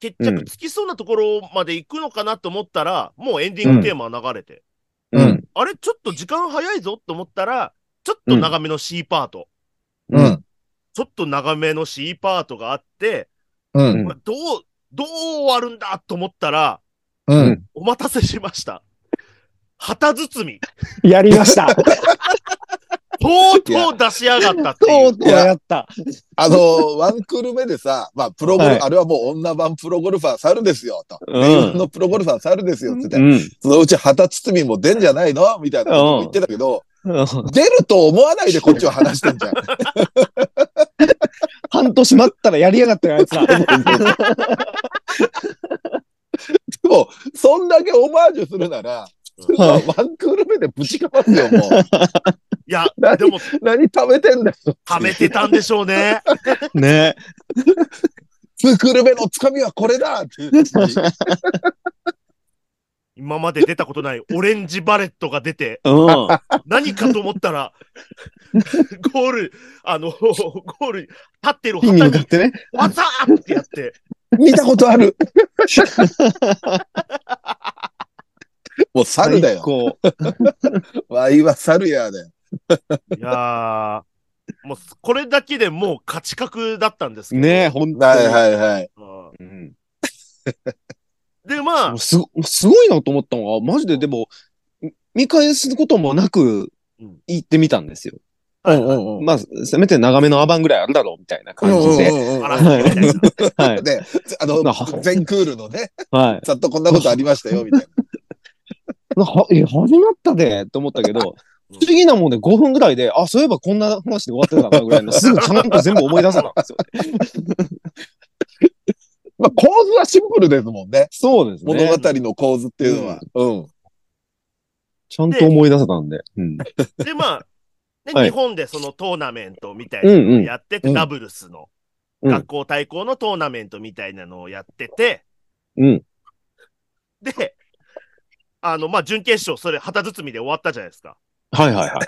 Speaker 4: 決着つきそうなところまで行くのかなと思ったら、もうエンディングテーマ流れて、
Speaker 3: うん。
Speaker 4: あれちょっと時間早いぞと思ったら、ちょっと長めの C パート、
Speaker 2: う
Speaker 3: うん。
Speaker 2: ん。
Speaker 4: ちょっと長めの C パートがあって、
Speaker 2: うん。
Speaker 4: これどう、どう終わるんだと思ったら、
Speaker 2: うん。
Speaker 4: お待たせしました。旗包み。
Speaker 3: やりました。
Speaker 4: とうとう出しやがったってい
Speaker 3: と
Speaker 4: う。
Speaker 3: うとうやった。
Speaker 2: あの、 [laughs] ワンクール目でさ、まあ、プロゴル、
Speaker 3: はい
Speaker 2: あれはもう女版プロゴルファー猿ですよ、と。
Speaker 3: う
Speaker 2: 日本
Speaker 3: ん。
Speaker 2: のプロゴルファー猿ですよ、って言って、
Speaker 3: うん。
Speaker 2: そのうち旗包みも出んじゃないのみたいなことも言ってたけど、出ると思わないでこっちは話してんじゃ [laughs] ん。
Speaker 3: 半年待ったらやりやがったよ、あいつら。
Speaker 2: でも、そんだけオマージュするなら、
Speaker 4: うん
Speaker 2: まあワンクール目でぶちかますよ、も
Speaker 4: い
Speaker 2: う。
Speaker 4: や、
Speaker 2: [laughs] 何
Speaker 4: でも、
Speaker 2: 何食べてんだよ。
Speaker 4: 貯めてたんでしょうね。
Speaker 3: [laughs] ね
Speaker 2: ツークール目のつかみはこれだって [laughs] いう
Speaker 4: 今まで出たことないオレンジバレットが出て、
Speaker 3: うん。
Speaker 4: 何かと思ったら、ゴール、あの、ゴール、立ってる
Speaker 3: ピンに
Speaker 4: 旗
Speaker 3: 向かっ
Speaker 4: に、
Speaker 3: てね。
Speaker 4: わざーってやって、
Speaker 2: 見たことあ
Speaker 3: [laughs]
Speaker 2: る。もう猿だよ。
Speaker 3: こ
Speaker 2: ワイは猿やだよ。
Speaker 4: いやー、もう、これだけでもう価値格だったんですけ
Speaker 3: う。
Speaker 4: ど。
Speaker 3: ねえ、ほんと
Speaker 2: はいはいはい。
Speaker 4: うん
Speaker 3: うん
Speaker 4: で、まあ
Speaker 3: [laughs] もう、すご、すごいなと思ったのが、マジででも、み見返すこともなく
Speaker 4: うん、
Speaker 3: 行ってみたんですよ。
Speaker 2: うんうんうん。
Speaker 3: まあ、せめて長めのアバンぐらいあるだろう、みたいな
Speaker 2: うん
Speaker 3: 感じで。
Speaker 2: うんうん
Speaker 4: バランスみたいな。
Speaker 2: [laughs]
Speaker 3: [laughs] はい。
Speaker 2: で、あの
Speaker 3: な、
Speaker 2: 全クールのね、
Speaker 3: はい。
Speaker 2: ちょっとこんなことありましたよ、みたいな。
Speaker 3: は、え、始まったで、と思ったけど、不思議なもんで5分ぐらいで、あ、そういえばこんな話で終わってたな、ぐらいの、すぐちゃんと全部思い出せたんですよ。
Speaker 2: [laughs] まあ、構図はシンプルですもんね。
Speaker 3: そうですね。
Speaker 2: 物語の構図っていうのは。うん。
Speaker 3: ちゃんと思い出せたんで。うん。
Speaker 4: で、まあ、ね
Speaker 3: はい
Speaker 4: 日本でそのトーナメントみたいなのをやってて、
Speaker 2: うんうん
Speaker 4: ダブルスの、
Speaker 3: うん
Speaker 4: 学校対抗のトーナメントみたいなのをやってて、
Speaker 3: うん。
Speaker 4: で、あの、まあ、準決勝、それ、旗包みで終わったじゃないですか。
Speaker 3: はいはいはい。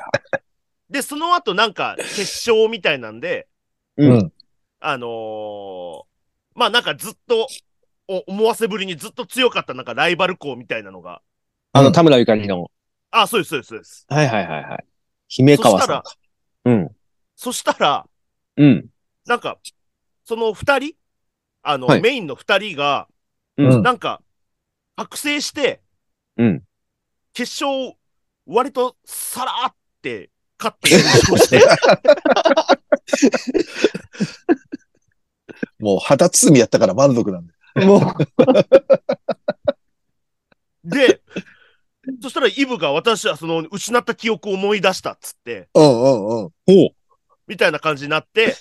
Speaker 4: で、その後、なんか、決勝みたいなんで、
Speaker 3: うん
Speaker 2: うん
Speaker 4: あのーまあ、なんかずっと、お思わせぶりにずっと強かった、なんかライバル校みたいなのが、
Speaker 3: あの、田村ゆかりの。
Speaker 4: あ、そうです、そうです、そうです。
Speaker 3: はいはいはいはい。姫川さんか。うん。
Speaker 4: そしたら、
Speaker 3: うん。
Speaker 4: なんか、その二人、あの、
Speaker 3: はい
Speaker 4: メインの二人が、
Speaker 3: うん
Speaker 4: なんか、覚醒して、
Speaker 3: うん
Speaker 4: 決勝、割とさらーって勝って優勝して、
Speaker 2: もう旗包みやったから満足なんで。
Speaker 3: もう、
Speaker 4: で、そしたらイブが私はその失った記憶を思い出したっつって、
Speaker 2: うんうんうん。
Speaker 3: ほう。
Speaker 4: みたいな感じになって、
Speaker 2: う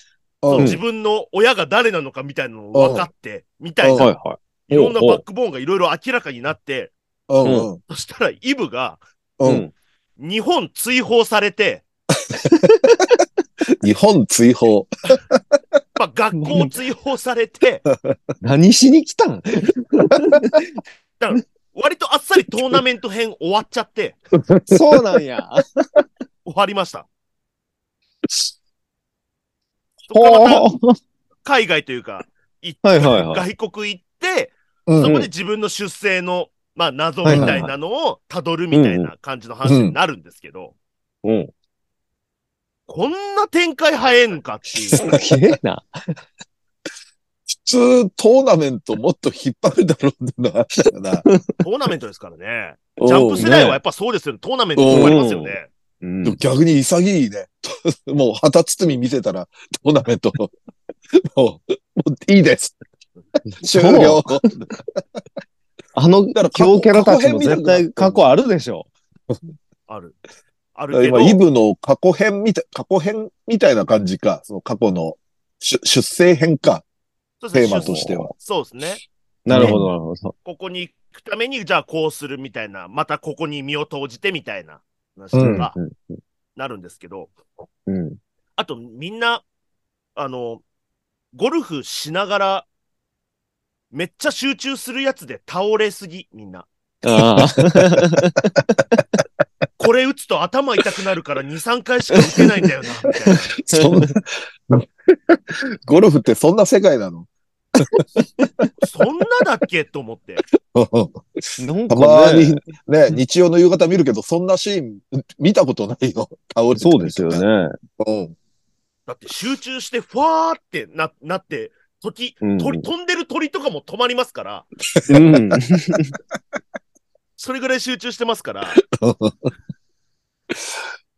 Speaker 4: その
Speaker 2: ん
Speaker 4: 自分の親が誰なのかみたいなのを分かって、みたい
Speaker 3: はい
Speaker 4: な、
Speaker 3: はいい。
Speaker 4: ろんな
Speaker 3: ほ
Speaker 4: バッ
Speaker 3: う
Speaker 4: クボーンがいろいろ明らかになって、
Speaker 2: うんうん。
Speaker 4: そしたらイブが
Speaker 3: ほ
Speaker 2: う。
Speaker 3: うんん。
Speaker 4: 日本追放されて、
Speaker 2: 日本追放。
Speaker 4: まあ、学校追放されて、
Speaker 3: 何しに来たん
Speaker 4: 割とあっさりトーナメント編終わっちゃって、
Speaker 3: [laughs] そうなんや。
Speaker 4: 終わりました。そこからま
Speaker 3: ほう。
Speaker 4: た海外というか、行って
Speaker 3: はいはいはい
Speaker 4: 外国行って、
Speaker 2: う
Speaker 4: そこ
Speaker 2: ん
Speaker 4: で自分の出生の、まあ、謎みたいなのをたどるみたいな感じの話になるんですけど、
Speaker 3: うん。
Speaker 4: こんな展開早えんかって
Speaker 3: [laughs]
Speaker 4: い
Speaker 3: す
Speaker 4: う。
Speaker 3: げえな。
Speaker 2: 普通トーナメントもっと引っ張るだろうってのはあったよな。
Speaker 4: トーナメントですからね。ジャンプ世代はやっぱそうですよね。トーナメント終わりますよね。
Speaker 3: うん
Speaker 2: でも逆に潔いね。 [laughs] もう旗包み見せたらトーナメント。 [laughs] もう、もういいです。終
Speaker 3: そう
Speaker 2: 了。
Speaker 3: あの
Speaker 2: だから、
Speaker 3: 強キャラたちも絶対過去あるでしょ。
Speaker 4: ある。あるけど
Speaker 2: 今、、イブの過去編みたい、過去編みたいな感じか。その過去の出出生編か。
Speaker 4: そうですね
Speaker 2: テーマとしては。
Speaker 4: そうですね。
Speaker 3: なるほど、なるほど。
Speaker 4: ここに行くために、じゃあこうするみたいな、またここに身を投じてみたいな話とか
Speaker 3: うん
Speaker 4: なるんですけど、
Speaker 3: うん。
Speaker 4: あとみんな、あの、ゴルフしながら、めっちゃ集中するやつで倒れすぎ、みんな。
Speaker 3: [laughs] あ
Speaker 4: これ打つと頭痛くなるから2、3回しか打てないんだよな、みたいな。
Speaker 2: そんな [laughs] ゴルフってそんな世界なの [laughs]
Speaker 4: そんなだっけと思って。
Speaker 3: あ。なん
Speaker 2: たま
Speaker 3: か
Speaker 2: に
Speaker 3: ね、
Speaker 2: ね、日曜の夕方見るけど、そんなシーン見たことないよ。倒れてたりとか
Speaker 3: そうですよ。ね。
Speaker 2: うん。 [laughs]
Speaker 4: だって集中して、ファーってななって、時、
Speaker 3: うん
Speaker 4: 鳥飛んでる鳥とかも止まりますから、
Speaker 3: うん。
Speaker 4: それぐらい集中してますから、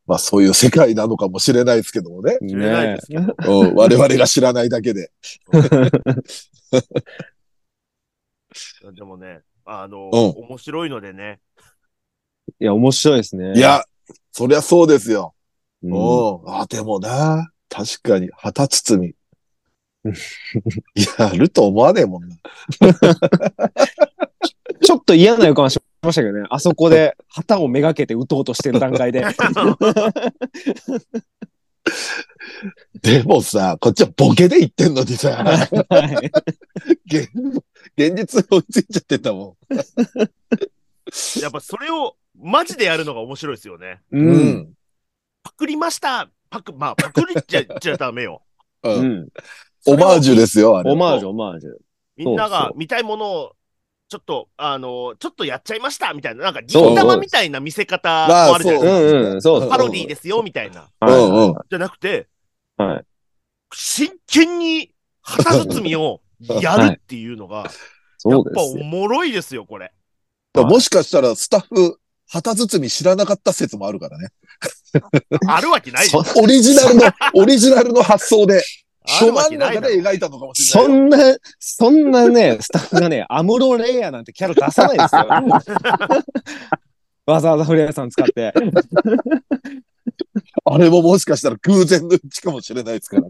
Speaker 2: まあそういう世界なのかもしれないですけどもね。
Speaker 4: 知れないですけど。
Speaker 2: うん我々が知らないだけで。
Speaker 4: でもね、あの、
Speaker 2: うん
Speaker 4: 面白いのでね。 [laughs]
Speaker 3: いや、面白いです [laughs] ね。
Speaker 2: いや、そりゃそうですよ。
Speaker 3: うん、
Speaker 2: うん。あ、でもな、確かに、旗包み。
Speaker 4: [laughs]
Speaker 2: やると思わねえもんな。
Speaker 3: ちょっと嫌な予感しましたけどね。あそこで旗をめがけて打とうとしてる段 [laughs] 階で。
Speaker 2: でもさ、こっちはボケで言ってんのにさ、
Speaker 3: はい
Speaker 2: 現現実追いついちゃってたも
Speaker 4: やっぱそれをマジでやるのが面白いですよね。
Speaker 2: ん。
Speaker 3: う。
Speaker 4: パクりましたパク、まあ、パクリっちゃ、ちゃダメ
Speaker 3: [laughs]
Speaker 4: よ。
Speaker 2: う。
Speaker 3: うんん。
Speaker 2: オマージュですよ、あれ
Speaker 3: オ。マージュ、オマージュ。
Speaker 4: みんな
Speaker 3: そう
Speaker 4: が
Speaker 3: そう
Speaker 4: 見たいものを、ちょっと、あの、ちょっとやっちゃいましたみたいな、なんか、
Speaker 3: そう
Speaker 4: 銀玉みたいな見せ方
Speaker 2: ま
Speaker 4: もあ
Speaker 2: あ、
Speaker 4: るじゃない
Speaker 2: そ
Speaker 4: です
Speaker 2: う。
Speaker 4: か。
Speaker 3: うんうんそうそう
Speaker 4: パロディーですよ、みたいな。
Speaker 2: うんうん。
Speaker 4: じゃなくて、
Speaker 3: はい。
Speaker 4: 真剣に旗包みをやるっていうのが、や
Speaker 3: そ
Speaker 4: っ
Speaker 3: うで
Speaker 4: ぱ
Speaker 3: す
Speaker 4: お
Speaker 3: よ。
Speaker 4: もろいですよ、これ。
Speaker 2: だからもしかしたらスタッフ、旗包み知らなかった説もあるからね。
Speaker 4: あるわけないじゃん
Speaker 2: オリジナルの、オリジナルの発想で、
Speaker 4: あ
Speaker 2: 初
Speaker 4: るわ
Speaker 2: 真
Speaker 4: け
Speaker 2: ん
Speaker 4: ない
Speaker 2: 中
Speaker 4: だろ
Speaker 2: で描いたのかもしれ
Speaker 3: そ
Speaker 2: ないよ。
Speaker 3: んな、そんなね、 [laughs] スタッフがね、アムロレイヤーなんてキャラ出さないですよ。わざわざフレアさん使って。
Speaker 2: あれももしかしたら偶然のうちかもしれないですからね。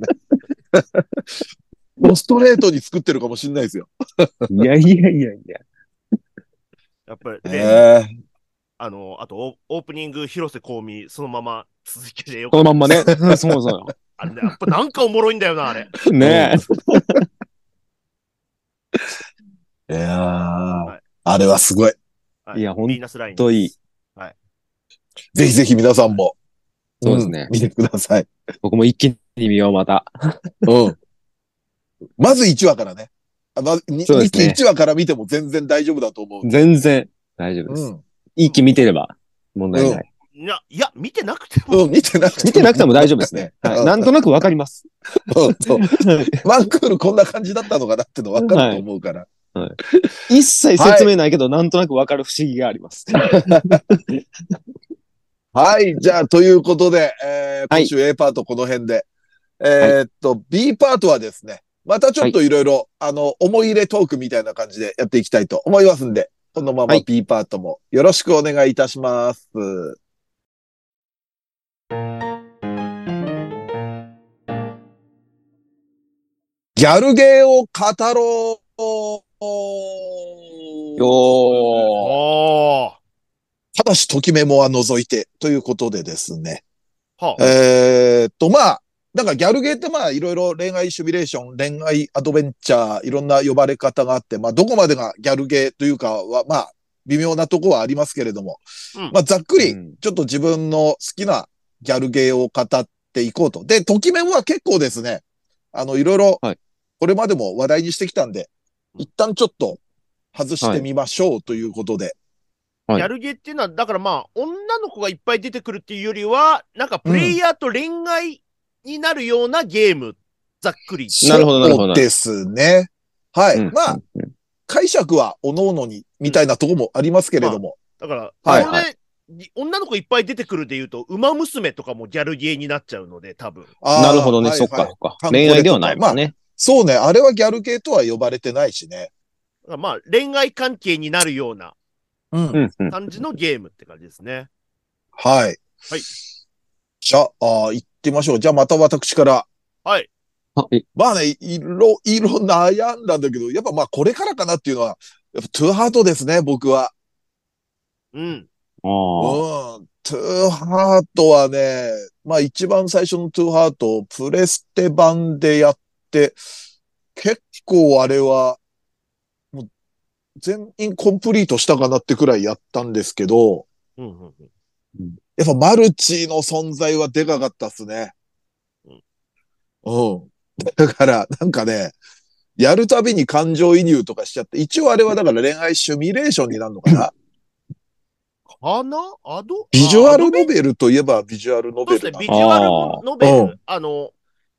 Speaker 2: もうストレートに作ってるかもしれないですよ。
Speaker 3: いやいやいやいや。
Speaker 4: やっぱり、
Speaker 2: え
Speaker 4: ね
Speaker 2: え
Speaker 4: あの、あとオ、オープニング、広瀬香美、そのまま続けてよ
Speaker 3: こ
Speaker 4: かった。
Speaker 3: のまんまね。うんそうそ
Speaker 4: あれねやっぱなんかおもろいんだよな、あれ。
Speaker 3: う。ね
Speaker 2: いやー
Speaker 4: い
Speaker 2: あれはすごい。
Speaker 4: はい
Speaker 3: やほん
Speaker 4: ヴィーナスライン
Speaker 3: え。といい。
Speaker 2: ぜひぜひ皆さんも。
Speaker 3: そうですね
Speaker 2: ん見てください。
Speaker 3: 僕も一気に見よう、また。
Speaker 2: うん。まず1話からね。あま、に
Speaker 3: そうですね
Speaker 2: 二期1話から見ても全然大丈夫だと思う。
Speaker 3: 全然大丈夫で
Speaker 2: う
Speaker 3: す。
Speaker 2: ん。
Speaker 3: 一気見てれば問題ない。
Speaker 4: いや、いや、見てなくても。
Speaker 2: うん、見てなくても。
Speaker 3: 見てなくても大丈
Speaker 2: [laughs]
Speaker 3: 夫ですね。
Speaker 2: う
Speaker 3: は
Speaker 2: ん
Speaker 3: いなんとなくわかります。
Speaker 2: うんそうワンクールこんな感じだったのかなっての分かると思うから。
Speaker 3: 一切説明ないけど、なんとなくわかる不思議があります。
Speaker 2: はい、じゃあ、ということで、えー、
Speaker 3: はい
Speaker 2: 今週 A パートこの辺で。えーっと、B パートはですね、またちょっといろいろ、あの、思い入れトークみたいな感じでやっていきたいと思いますんで、このま
Speaker 3: は
Speaker 2: ま
Speaker 3: い
Speaker 2: B パートもよろしくお願いいたします。ギャルゲーを語ろう
Speaker 3: よー。
Speaker 4: おー。
Speaker 2: ただし、ときメモは除いて、ということでですね。
Speaker 4: はあ、
Speaker 2: えーっと、まあ、なんかギャルゲーってまあいろいろ恋愛シミュレーション、恋愛アドベンチャー、いろんな呼ばれ方があって、まあどこまでがギャルゲーというかは、まあ微妙なとこはありますけれども、
Speaker 4: うん
Speaker 2: まあざっくり
Speaker 3: うん
Speaker 2: ちょっと自分の好きなギャルゲーを語っていこうと。で、ときめもは結構ですね、あのいろいろ
Speaker 3: はい
Speaker 2: これまでも話題にしてきたんで、
Speaker 4: うん
Speaker 2: 一旦ちょっと外してみましょうということで。
Speaker 3: はい
Speaker 4: ギャルゲーっていうのは、だからまあ、女の子がいっぱい出てくるっていうよりは、なんかプレイヤーと恋愛になるようなゲーム、ざっくり。
Speaker 3: なるほどなるほど
Speaker 2: そうですね。はい。
Speaker 3: うん
Speaker 2: まあ、解釈は各々に、みたいなとこもありますけれども。
Speaker 4: だから、
Speaker 2: はい
Speaker 4: それでに女の子いっぱい出てくるで言うと、馬娘とかもギャルゲーになっちゃうので、多分。
Speaker 2: あー
Speaker 3: なるほどね、
Speaker 2: はい
Speaker 3: そっか
Speaker 2: はい
Speaker 3: そっか
Speaker 2: 観。光で
Speaker 3: 恋愛ではないもんね。
Speaker 2: そうね、あれはギャル系とは呼ばれてないしね。
Speaker 4: だからまあ、恋愛関係になるような
Speaker 2: うん
Speaker 3: うんうん。
Speaker 4: 感じのゲームって感じですね。
Speaker 2: はい。
Speaker 4: はい。
Speaker 2: じゃあ、あー行ってみましょう。じゃあまた私から。
Speaker 4: はい。
Speaker 3: あい
Speaker 2: まあね、いろ、いろ悩んだんだけど、やっぱまあこれからかなっていうのは、やっぱトゥーハートですね、僕は。
Speaker 4: うん。
Speaker 3: あー
Speaker 2: うん。トゥーハートはね、まあ一番最初のトゥーハートをプレステ版でやって、結構あれは、もう全員コンプリートしたかなってくらいやったんですけど、
Speaker 4: うんうんうん。
Speaker 2: やっぱマルチの存在はでかかったっすね。うん。だから、なんかね、やるたびに感情移入とかしちゃって、一応あれはだから恋愛シミュレーションになるのかな
Speaker 4: かなアド
Speaker 2: ビジュアルノ
Speaker 4: ベル
Speaker 2: ベルといえばビジュアルノ
Speaker 4: そう
Speaker 2: ベ
Speaker 4: です
Speaker 2: ル
Speaker 4: ね、
Speaker 2: な
Speaker 4: ビジュアル
Speaker 3: あ
Speaker 4: ノベ
Speaker 2: う
Speaker 4: ル。あの、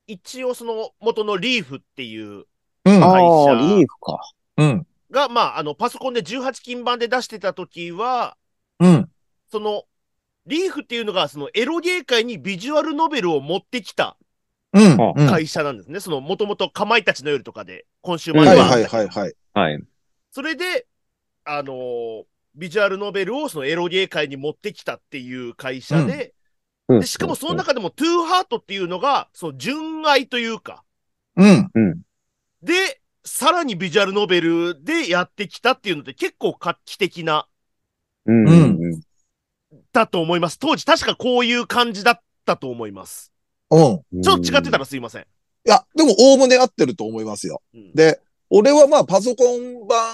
Speaker 4: 一応その元のリーフっていう、
Speaker 2: うん
Speaker 3: あー、
Speaker 4: 会社
Speaker 3: リーフか。
Speaker 2: うん。
Speaker 4: が、まあ、あの、パソコンで18金版で出してた時は、
Speaker 2: うん。
Speaker 4: その、リーフっていうのが、そのエロゲー界にビジュアルノベルを持ってきた
Speaker 2: うん。
Speaker 3: あ
Speaker 2: うん
Speaker 4: 会社なんですね。その、もともとかまいたちの夜とかで、今週ま
Speaker 2: は
Speaker 4: で
Speaker 2: い
Speaker 4: は。
Speaker 2: はいはいはい。
Speaker 3: はい。
Speaker 4: それで、あのービジュアルノベルをそのエロゲー界に持ってきたっていう会社で、
Speaker 3: うん
Speaker 4: でしかもその、中でもトゥーハートっていうのが、その純愛というか、
Speaker 2: うん。
Speaker 3: うん。
Speaker 4: で、さらにビジュアルノベルでやってきたっていうので結構画期的な、
Speaker 3: うん。うんうん
Speaker 4: だと思います。当時確かこういう感じだったと思います。
Speaker 2: うん。
Speaker 3: うん
Speaker 4: ちょっと違ってたらすいません。
Speaker 2: いや、でも、おおむね合ってると思いますよ。
Speaker 4: うん
Speaker 2: で、俺はまあ、パソコン版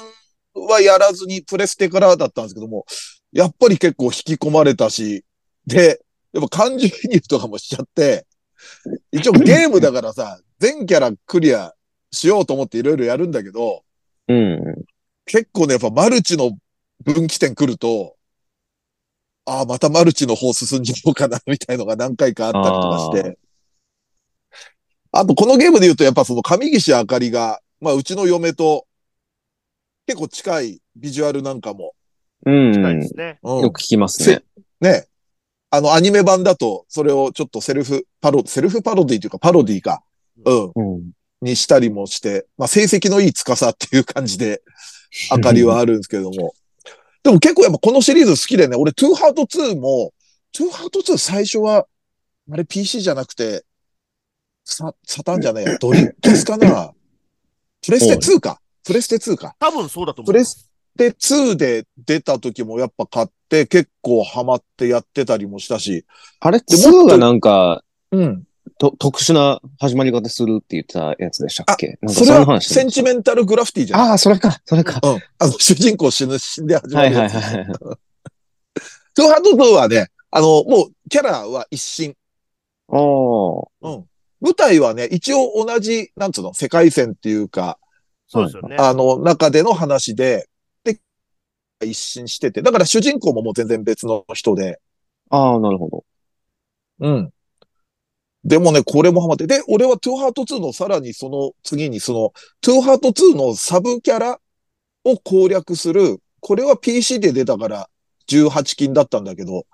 Speaker 2: はやらずに、プレステからだったんですけども、やっぱり結構引き込まれたし、で、やっぱ感情移入とかもしちゃって、一応ゲームだからさ、全キャラクリアしようと思っていろいろやるんだけど、
Speaker 3: うん。
Speaker 2: 結構ね、やっぱマルチの分岐点来ると、ああ、またマルチの方進んじゃおうかな、みたいのが何回かあったりとかして。あと、このゲームで言うと、やっぱその上岸あかりが、まあ、うちの嫁と、結構近いビジュアルなんかも。
Speaker 3: うん。
Speaker 4: 近
Speaker 3: う
Speaker 4: い
Speaker 3: ん
Speaker 4: ですね。
Speaker 2: うん
Speaker 3: よく聞きますね。
Speaker 2: ね。あの、アニメ版だと、それをちょっとセルフパロ、セルフパロディというか、パロディか。うん。
Speaker 3: うん。
Speaker 2: にしたりもして、まあ、成績のいい司っていう感じで、明かりはあるんですけれども。でも結構やっぱこのシリーズ好きでね、俺、トゥーハート2も、トゥーハート2最初は、あれ PC じゃなくて、サ、サタンじゃないや、ドリックスかなプレステ2か。プレステ2か。
Speaker 4: 多分そうだと思
Speaker 2: プ
Speaker 4: いま
Speaker 2: レ
Speaker 4: す。
Speaker 2: ステ2で出た時もやっぱ買って、結構ハマってやってたりもしたし。
Speaker 3: あれ、
Speaker 2: でもっ
Speaker 3: 2
Speaker 2: と
Speaker 3: がなんか、
Speaker 2: うん。
Speaker 3: と、特殊な始まり方するって言ってたやつでしたっけなんか
Speaker 2: それ
Speaker 3: んな
Speaker 2: は、
Speaker 3: 話
Speaker 2: センチメンタルグラフィティじゃない
Speaker 3: ああ、それか、それか。
Speaker 2: うん。あの、主人公死ぬ、死んで始ま
Speaker 3: は
Speaker 2: るや
Speaker 3: い
Speaker 2: つ。
Speaker 3: はいはい。
Speaker 2: トゥーハート2はね、あの、もう、キャラは一新。
Speaker 3: おー。
Speaker 2: 舞台はね、一応同じ、なんつうの、世界線っていうか、
Speaker 4: そうですよね。
Speaker 2: あの、中での話で、で、一新してて、だから主人公ももう全然別の人で、
Speaker 3: ああ、なるほど。
Speaker 2: うん。でもね、これもハマって、で、俺はトゥーハート2のさらにその次に、その、トゥーハート2のサブキャラを攻略する、これは PC で出たから18金だったんだけど、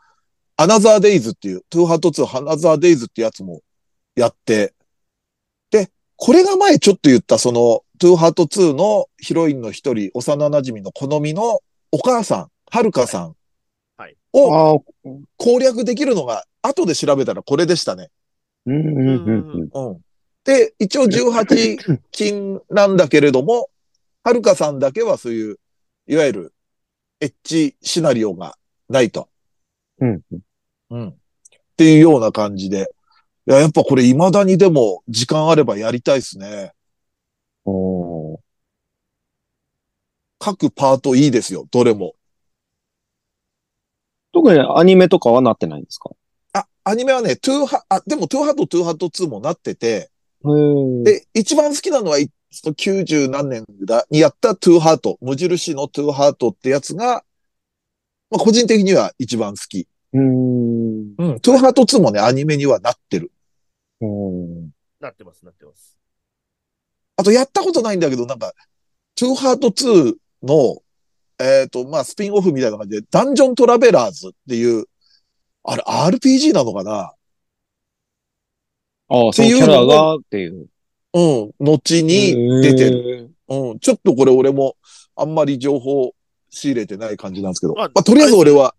Speaker 2: アナザーデイズっていう、トゥーハート2アナザーデイズってやつもやって、で、これが前ちょっと言ったその、トゥーハート2のヒロインの一人、幼馴染の好みのお母さん、はるかさんお
Speaker 3: ああ、
Speaker 2: 攻略できるのが、後で調べたらこれでしたね。
Speaker 3: うんうんうんうん。
Speaker 2: うん。で、一応18金なんだけれども、はるかさんだけはそういう、いわゆる、エッジシナリオがないと。
Speaker 3: うん。
Speaker 2: うん。っていうような感じで。いや、やっぱこれ未だにでも、時間あればやりたいですね。
Speaker 3: おー。
Speaker 2: 各パートいいですよ、どれも。
Speaker 3: 特にアニメとかはなってないんですか
Speaker 2: あ、アニメはね、トゥーハ、あ、でもトゥーハート、トゥーハート2もなってて、
Speaker 3: へー
Speaker 2: で、一番好きなのは、いその90何年だ、にやったトゥーハート、無印のトゥーハートってやつが、まあ、個人的には一番好き。
Speaker 3: うーん。
Speaker 2: うん。トゥーハート2もね、アニメにはなってる。
Speaker 3: おー
Speaker 4: なってます、なってます。
Speaker 2: あと、やったことないんだけど、なんか、トゥーハート2の、えっ、と、まあ、スピンオフみたいな感じで、ダンジョントラベラーズっていう、あれ、RPG なのかな
Speaker 3: ああ、そのキャラがっていう。
Speaker 2: うん。後に出てる。
Speaker 3: る。
Speaker 2: うん。ちょっとこれ俺も、あんまり情報仕入れてない感じなんですけど。
Speaker 4: あ
Speaker 2: まあ、とりあえず俺は、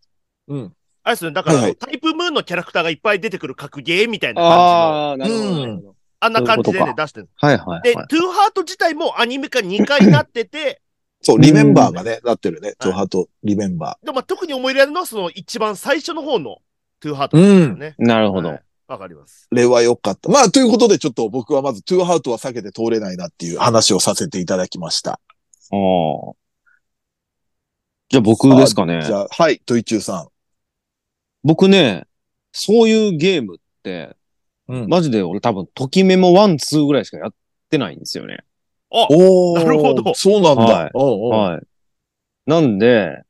Speaker 2: うん。
Speaker 4: あれですね、だから、
Speaker 2: はいはい
Speaker 4: タイプムーンのキャラクターがいっぱい出てくる格ゲーみたいな感
Speaker 3: ああ、なるほどなるほど。
Speaker 4: あんな感じで
Speaker 3: そうい
Speaker 4: ね
Speaker 3: うこと、
Speaker 4: 出してる。
Speaker 3: はいはい
Speaker 4: で、
Speaker 3: はい。
Speaker 4: トゥーハート自体もアニメ化2回なってて、 [laughs]
Speaker 2: そう、リメンバーがね、なってるね。トゥーハート、リメンバ
Speaker 4: でまあ、特に思い入れあるのは、その一番最初の方のトゥーハート
Speaker 2: ー。
Speaker 4: です
Speaker 2: うん。
Speaker 4: ね。
Speaker 3: なるほど
Speaker 4: はい。わかります。
Speaker 2: これは良かった。まあ、ということで、ちょっと僕はまず、トゥーハートは避けて通れないなっていう話をさせていただきました。
Speaker 3: ああ。じゃあ僕ですかね
Speaker 2: じ。ゃあ、はい、トイチューさ
Speaker 3: 僕ね、そういうゲームって、
Speaker 2: ん。うん。
Speaker 3: マジで俺多分、ときメモ1、2ぐらいしかやってないんですよね。
Speaker 4: あ
Speaker 2: おー
Speaker 4: なるほど
Speaker 2: そうなんだ。
Speaker 3: はい
Speaker 2: おうおう
Speaker 3: はい。なんで、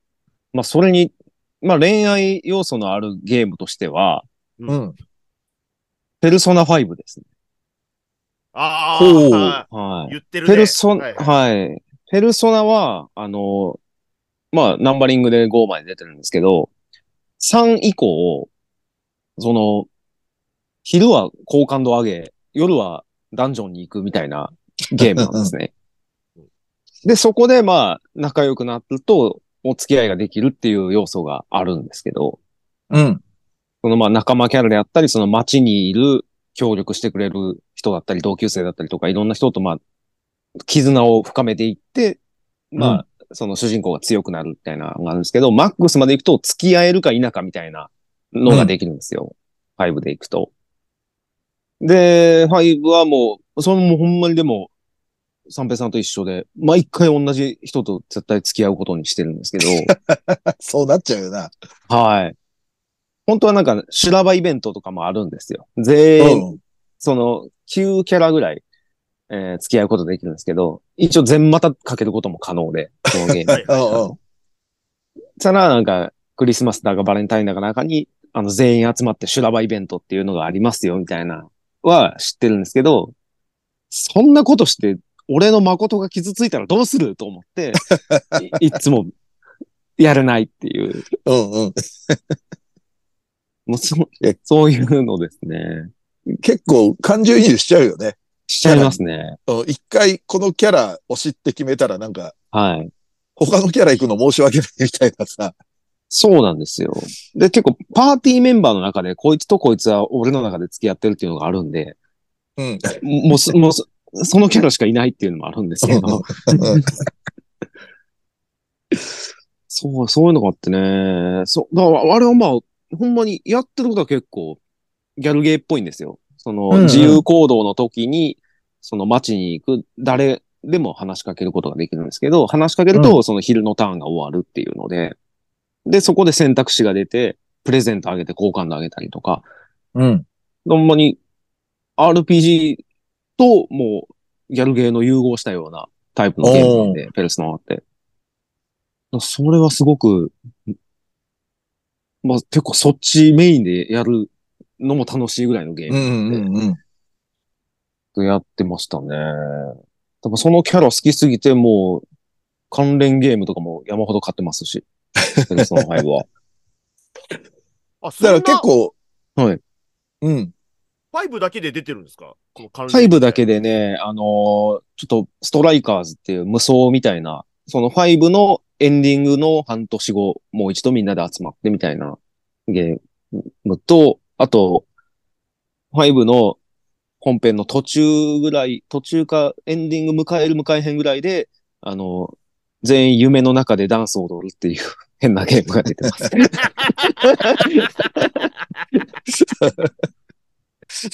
Speaker 3: まあそれに、まあ恋愛要素のあるゲームとしては、
Speaker 2: うん。
Speaker 3: ペルソナ5ですね。
Speaker 4: ああ、
Speaker 2: ほう
Speaker 4: は
Speaker 3: はい
Speaker 4: い。言ってるね。
Speaker 3: ペルソナ、
Speaker 4: はい
Speaker 3: はい。ペルソナは、あの、まあ、ナンバリングで5枚出てるんですけど、3以降、その、昼は好感度上げ、夜はダンジョンに行くみたいなゲームなんですね。で、そこで、まあ、仲良くなると、お付き合いができるっていう要素があるんですけど、
Speaker 2: うん。 [laughs]
Speaker 3: そのまあ仲間キャラであったり、その街にいる協力してくれる人だったり、同級生だったりとか、いろんな人とまあ、絆を深めていって、まあ、その主人公が強くなるみたいなのがあるんですけど、マックスまで行くと付き合えるか否かみたいなのができるんですよ。5で行くと。で、5はもう、それもほんまにでも、三平さんと一緒で、毎回同じ人と絶対付き合うことにしてるんですけど、
Speaker 2: そうなっちゃうよな。
Speaker 3: はい。本当はなんか修羅場イベントとかもあるんですよ。全員、
Speaker 2: うん。
Speaker 3: その9キャラぐらい、えー付き合うことできるんですけど、一応全股かけることも可能で、このゲーム。
Speaker 4: はいはい
Speaker 2: うんうん
Speaker 3: さらなんかクリスマスだかバレンタインだかなんかに、あの全員集まって修羅場イベントっていうのがありますよみたいなは知ってるんですけど、そんなことして俺の誠が傷ついたらどうすると思って、いいつもやれないっていう。
Speaker 2: うんうん。
Speaker 3: もうそう
Speaker 2: え、
Speaker 3: そういうのですね。
Speaker 2: 結構感情移入しちゃうよね。
Speaker 3: しちゃいますね。
Speaker 2: うん一回このキャラを知って決めたらなんか、
Speaker 3: はい。
Speaker 2: 他のキャラ行くの申し訳ないみたいなさ。
Speaker 3: そうなんですよ。で、結構パーティーメンバーの中で、こいつとこいつは俺の中で付き合ってるっていうのがあるんで、
Speaker 2: うん。
Speaker 3: [laughs] もうす、もうす、そのキャラしかいないっていうのもあるんですけど、そう、そういうのがあってね、そう、だからあれはまあ、ほんまにやってることは結構ギャルゲーっぽいんですよ。そ
Speaker 2: う
Speaker 3: の、
Speaker 2: んうん
Speaker 3: 自由行動の時に、その街に行く誰でも話しかけることができるんですけど、話しかけると、その昼のターンが終わるっていうので、で、そこで選択肢が出て、プレゼントあげて好感度あげたりとか、
Speaker 2: うん。
Speaker 3: ほんまに RPG ともうギャルゲーの融合したようなタイプのゲームなんで、ペルスナーって。それはすごく、まあ結構そっちメインでやるのも楽しいぐらいのゲー
Speaker 2: う
Speaker 3: ム
Speaker 2: んうんうん。
Speaker 3: とやってましたね。多分そのキャラ好きすぎてもう関連ゲームとかも山ほど買ってますし、ペルソナ5は。
Speaker 4: あ、そ
Speaker 2: だ
Speaker 4: ん
Speaker 2: か
Speaker 4: な
Speaker 2: ら結構、
Speaker 3: はい。
Speaker 2: うん。
Speaker 4: 5だけで出てるんですかこの関連
Speaker 3: ファイブだけでね、あのーちょっとストライカーズっていう無双みたいな、そのファイブのエンディングの半年後、もう一度みんなで集まってみたいなゲームと、あと、ファイブの本編の途中ぐらい、途中かエンディング迎える迎えへんぐらいで、あのー全員夢の中でダンスを踊るっていう変なゲームが出て [laughs] ます。
Speaker 2: そ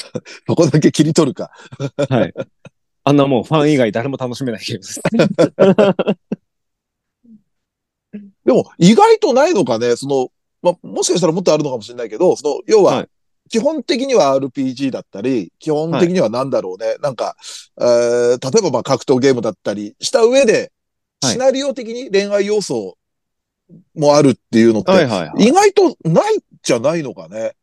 Speaker 2: こだけ切り取るか。
Speaker 3: はい。あんなもうファン以外誰も楽しめないゲームです。
Speaker 2: でも、意外とないのかね、その、まあ、もしかしたらもっとあるのかもしれないけど、その、要
Speaker 3: は、
Speaker 2: はい基本的には RPG だったり、基本的にはなんだろうね、なんか、えー例えばまあ格闘ゲームだったりした上で、
Speaker 3: はい
Speaker 2: シナリオ的に恋愛要素もあるっていうのって、
Speaker 3: はいは
Speaker 2: 意外とないじゃないのかね。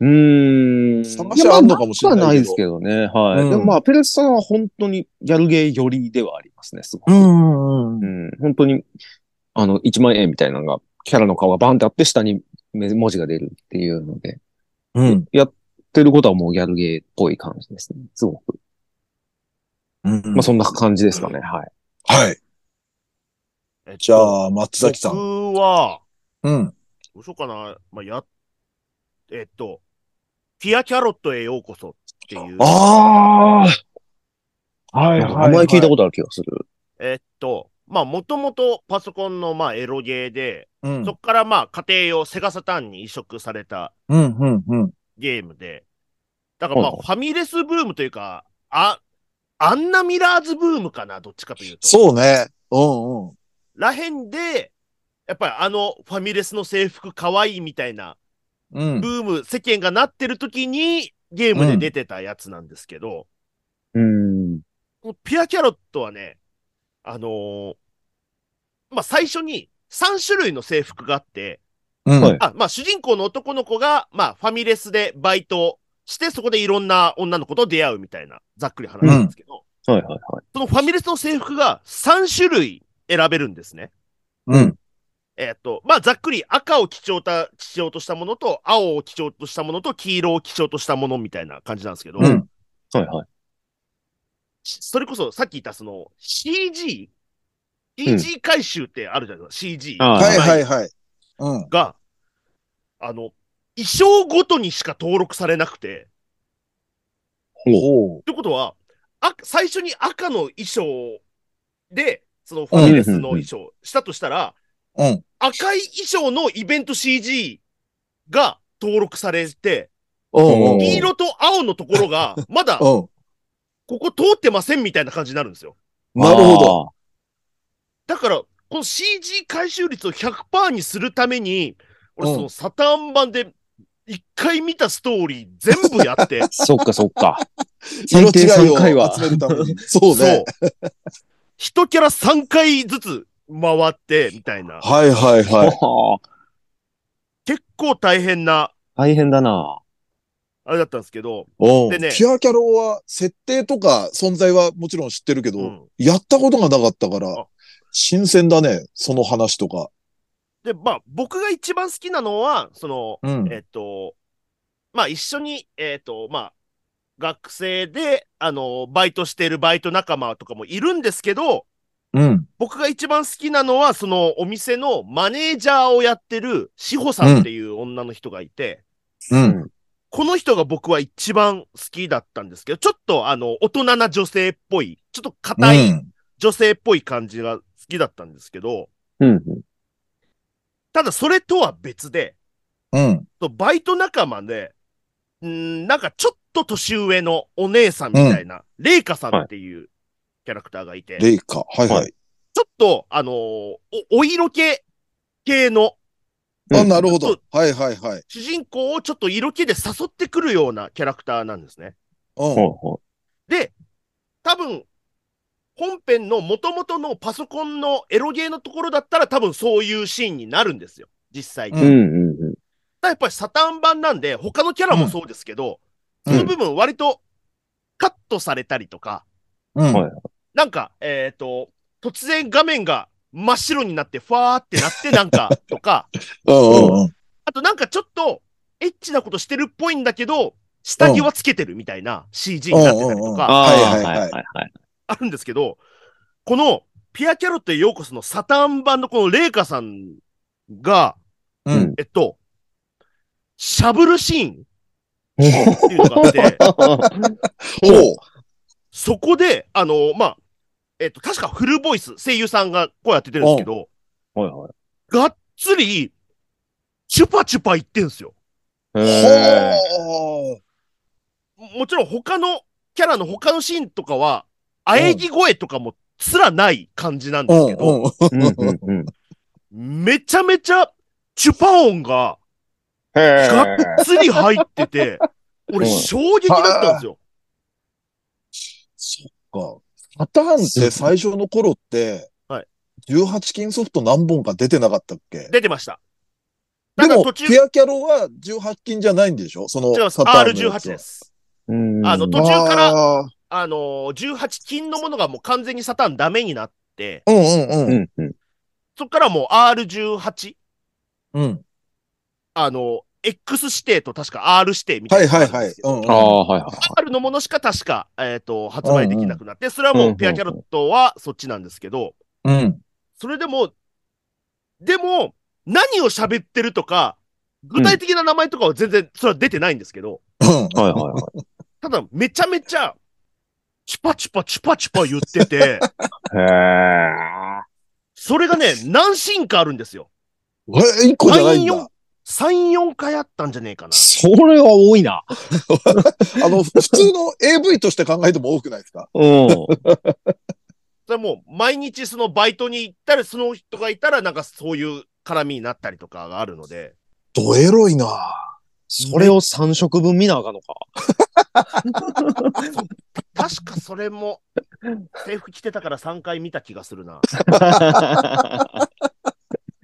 Speaker 3: うーん。
Speaker 2: 探しはあんのかもしれないけど
Speaker 3: いやまあなくはないですけどね。はい。
Speaker 2: うん
Speaker 3: でもまあ、ペレスさんは本当にギャルゲー寄りではありますね、すごく。
Speaker 2: ん
Speaker 3: う。ん。本当に、あの、1万円みたいなのが、キャラの顔がバンってあって、下に目文字が出るっていうので、
Speaker 2: う
Speaker 3: や
Speaker 2: ん。
Speaker 3: ってることはもうギャルゲーっぽい感じですね、すごく。
Speaker 2: うん
Speaker 3: まあ、そんな感じですかね、はい。
Speaker 2: はい。
Speaker 4: えっと
Speaker 2: じゃあ、松崎さん。
Speaker 4: 僕は、
Speaker 2: うん。
Speaker 4: どうしようかな。まあ、や、えっと、ピアキャロットへようこそ。っていう。
Speaker 3: あ
Speaker 5: あはい
Speaker 3: あ、
Speaker 5: はい。
Speaker 3: 名前聞いたことある気がする。
Speaker 4: えっと、まあ、もともとパソコンのまあエロゲーで、
Speaker 2: うん
Speaker 4: そこからまあ家庭用セガサターンに移植された
Speaker 2: うん、うん、うん。
Speaker 4: ゲームで、だからまあ
Speaker 3: う
Speaker 4: フ
Speaker 3: ん
Speaker 4: ァミレスブームというか、あ、あんなミラーズブームかな、どっちかというと。
Speaker 2: そうね。うん、うん。
Speaker 4: らへんで、やっぱりあのファミレスの制服かわいいみたいな
Speaker 2: うん
Speaker 4: ブ。ーム、世間がなってる時にゲームで出てたやつなんですけど、
Speaker 3: うん。
Speaker 4: このピュアキャロットはね、あのーまあ、最初に3種類の制服があって、
Speaker 2: うん
Speaker 3: はい
Speaker 4: あ、まあ、主人公の男の子が、まあ、ファミレスでバイトをして、そこでいろんな女の子と出会うみたいな、ざっくり話なんですけど、
Speaker 3: はいはいはい。
Speaker 4: そのファミレスの制服が3種類選べるんですね。
Speaker 2: うん。
Speaker 4: えーっと、まあ、ざっくり赤を基調た基調としたものと、青を基調としたものと、黄色を基調としたものみたいな感じなんですけど、
Speaker 2: うん。
Speaker 3: はいはい。
Speaker 4: それこそさっき言ったその CG?CG 回収ってあるじゃないですか、CG。
Speaker 3: ああ
Speaker 2: はい、はい、はい。うん。
Speaker 4: が、あの、衣装ごとにしか登録されなくて、
Speaker 2: おう。
Speaker 4: ということは、あ最初に赤の衣装で、そのファミレスの衣装したとしたら、
Speaker 2: うん。
Speaker 4: 赤い衣装のイベント CG が登録されて、
Speaker 2: おう。
Speaker 4: 黄色と青のところ
Speaker 2: [laughs]
Speaker 4: が、まだこ
Speaker 2: うん。
Speaker 4: こ通ってませんみたいな感じになるんですよ。
Speaker 2: なるほど。
Speaker 4: だから、この CG 回収率を100%にするために、俺
Speaker 2: うん
Speaker 4: そのサターン版で一回見たストーリー全部や
Speaker 2: [laughs]
Speaker 4: って、
Speaker 3: あー。そっかそっか。
Speaker 2: 色
Speaker 3: 最低
Speaker 2: 違い
Speaker 3: 三回
Speaker 2: を
Speaker 3: は
Speaker 2: 集めるために。 [laughs] そうね。
Speaker 4: そう。一キャラ3回ずつ回って、みたいな。
Speaker 2: はい、はい、はい。
Speaker 3: はあ
Speaker 4: 結構大変な、
Speaker 3: 大変だな。
Speaker 4: あれだったんですけど、
Speaker 2: おう
Speaker 4: でね
Speaker 2: ピュアキャロは設定とか存在はもちろん知ってるけど、
Speaker 4: うん
Speaker 2: やったことがなかったから
Speaker 4: あ、
Speaker 2: 新鮮だね、その話とか。
Speaker 4: で、まあ、僕が一番好きなのは、その、
Speaker 2: うん
Speaker 4: えっと、まあ、一緒に、えっと、まあ、学生で、あの、バイトしてるバイト仲間とかもいるんですけど、
Speaker 2: うん。
Speaker 4: 僕が一番好きなのは、そのお店のマネージャーをやってる、志保さんっていう女の人がいて、
Speaker 2: うん。
Speaker 4: この人が僕は一番好きだったんですけど、ちょっとあの、大人な女性っぽい、ちょっと硬
Speaker 2: う
Speaker 4: い
Speaker 2: ん
Speaker 4: 女性っぽい感じが好きだったんですけど、
Speaker 3: うん。
Speaker 4: ただそれとは別で、
Speaker 2: うん。
Speaker 4: とバイト仲間で、んーなんかちょっと年上のお姉さんみたいな、レイカさんっていうキャラクターがいて、ちょ
Speaker 2: レイカ。はいはい。
Speaker 4: っとあのーお、お色気系の
Speaker 2: あ、なるほ
Speaker 4: ちょ
Speaker 2: ど
Speaker 4: っ。
Speaker 2: はいはいはい。
Speaker 4: 主人公をちょっと色気で誘ってくるようなキャラクターなんですね。
Speaker 2: うん。
Speaker 3: ほ
Speaker 4: で、多分、本編の元々のパソコンのエロゲーのところだったら多分そういうシーンになるんですよ。実際に。
Speaker 2: う
Speaker 3: うほう。うんうんうん。
Speaker 4: ただやっぱりサターン版なんで、他のキャラもそうですけど、
Speaker 2: うん
Speaker 4: その部分割とカットされたりとか、
Speaker 2: うん。
Speaker 3: はい
Speaker 4: なんか、えっ、と、突然画面が真っ白になって、ファーってなってなん
Speaker 2: [laughs]
Speaker 4: か、とか、
Speaker 2: うんうんうん。
Speaker 4: あとなんかちょっとエッチなことしてるっぽいんだけど、下着はつけてるみたいな CG になってたり
Speaker 2: うんうんう
Speaker 4: と
Speaker 2: ん
Speaker 4: か、
Speaker 3: ああ、
Speaker 2: はいはいはい
Speaker 3: はいはい。
Speaker 4: あるんですけど、このピアキャロットへようこそのサターン版のこのレイカさんが、
Speaker 2: うん。
Speaker 4: えっと、しゃぶるシーンっていうのがあ
Speaker 2: [laughs]
Speaker 4: って、
Speaker 2: ほう。
Speaker 4: そこで、あの、まあ、えっと、確かフルボイス、声優さんがこうやっててるんですけど、
Speaker 3: はいは
Speaker 4: がっつり、チュパチュパ言ってんすよ。
Speaker 3: い。へ
Speaker 2: ほう。
Speaker 4: もちろん他のキャラの他のシーンとかは、喘ぎ声とかもつらない感じなん
Speaker 2: う
Speaker 4: ですけど、
Speaker 2: んうん。
Speaker 3: え。うんうんうん。
Speaker 4: めちゃめちゃチュパ音が、
Speaker 3: へ
Speaker 4: が
Speaker 3: え。
Speaker 4: っつり入ってて、俺、
Speaker 3: うん
Speaker 4: 衝撃だったんですよ。
Speaker 2: そっか。サターンって最初の頃って、
Speaker 4: はい
Speaker 2: 18金ソフト何本か出てなかったっけ
Speaker 4: 出てました。た
Speaker 2: で
Speaker 4: だ
Speaker 2: も、
Speaker 4: 途中、
Speaker 2: ピアキャロは18金じゃないんでしょその
Speaker 4: 違います
Speaker 2: サターンのやつ
Speaker 4: R18
Speaker 2: は
Speaker 4: です。
Speaker 3: うん
Speaker 4: あの途
Speaker 2: あ
Speaker 4: 中から
Speaker 2: ら。
Speaker 4: あのー、18金のものがもう完全にサターンダメになって、
Speaker 2: うんうん
Speaker 3: う
Speaker 2: うん。
Speaker 3: んうん。
Speaker 4: そっからもう R18、
Speaker 2: うん。
Speaker 4: あのー、X 指定と確か R 指定みた
Speaker 2: はい
Speaker 4: いな
Speaker 2: は
Speaker 4: の
Speaker 2: い
Speaker 4: があ
Speaker 2: は
Speaker 4: るんで
Speaker 2: い
Speaker 4: す。け
Speaker 2: う
Speaker 4: ど。
Speaker 2: んうん
Speaker 3: ああ、はいはい。
Speaker 4: R のものしか確か、えっ、と、発売できなくなって、それは
Speaker 3: うん
Speaker 4: も
Speaker 3: うん
Speaker 4: うピアキャロットはそっちなんですけど、
Speaker 2: うん。
Speaker 4: それでも、でも、何を喋ってるとか、具体的な名前とかは全然、それは出てないんですけど、
Speaker 2: うん
Speaker 3: はいはいはい。
Speaker 4: ただ、めちゃめちゃ、チュパチュパチュパチュパ言って
Speaker 3: [laughs]
Speaker 4: て、
Speaker 3: へえ。
Speaker 4: それがね、何シーンかあるんですよ。
Speaker 2: え、一個じゃないんだ。
Speaker 4: 3、4回あったんじゃねえかな。
Speaker 3: それは多いな。
Speaker 2: あの、普通の AV として考えても多くないですか
Speaker 3: うん。
Speaker 4: それもう、毎日そのバイトに行ったり、その人がいたら、なんかそういう絡みになったりとかがあるので、
Speaker 2: どエロいな
Speaker 3: それを3食分見なあかんのか。
Speaker 4: 確かそれも、制服着てたから3回見た気がするな。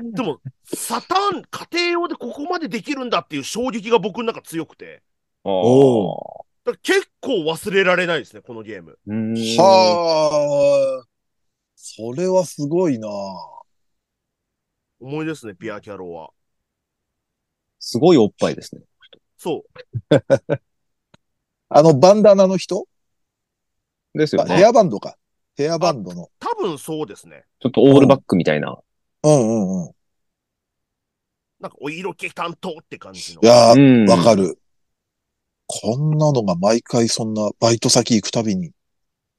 Speaker 4: でも、サターン、家庭用でここまでできるんだっていう衝撃が僕の中強くて、
Speaker 3: おお。
Speaker 4: だから結構忘れられないですね、このゲーム。
Speaker 3: は
Speaker 2: はあ。それはすごいな
Speaker 4: 思いですね、ビアキャロは。
Speaker 3: すごいおっぱいですね。
Speaker 4: そ
Speaker 2: あの、バンダナの人
Speaker 3: ですよ
Speaker 2: あヘ
Speaker 3: ね。
Speaker 2: アバンドか。ヘアバンドの
Speaker 4: う。。多分そうですね。
Speaker 3: ちょっとオールバックみたいな。
Speaker 2: うんうんうん。
Speaker 4: なんかお色気担当って感じの。
Speaker 2: いやー
Speaker 3: ん
Speaker 2: わかる。こんなのが毎回そんなバイト先行くたびに、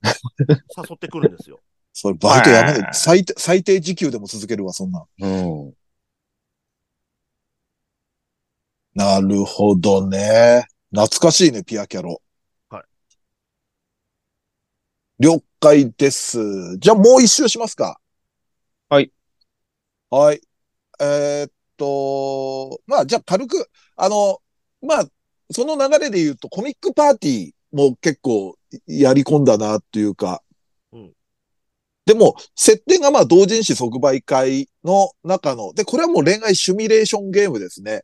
Speaker 4: 誘ってくるんですよ。
Speaker 2: それバイトやめ
Speaker 3: へ
Speaker 2: な
Speaker 3: ー
Speaker 2: い。最低、最低時給でも続けるわ、そんな。
Speaker 3: うん。
Speaker 2: なるほどね。懐かしいね、ピアキャロ。
Speaker 4: はい。
Speaker 2: 了解です。じゃあもう一周しますか。
Speaker 3: はい。
Speaker 2: はい。えーっと、まあじゃあ軽く、あの、まあ、その流れで言うとコミックパーティーも結構やり込んだなっていうか。
Speaker 4: うん。
Speaker 2: でも、設定がまあ同人誌即売会の中の、で、これはもう恋愛シミュレーションゲームですね。
Speaker 3: うん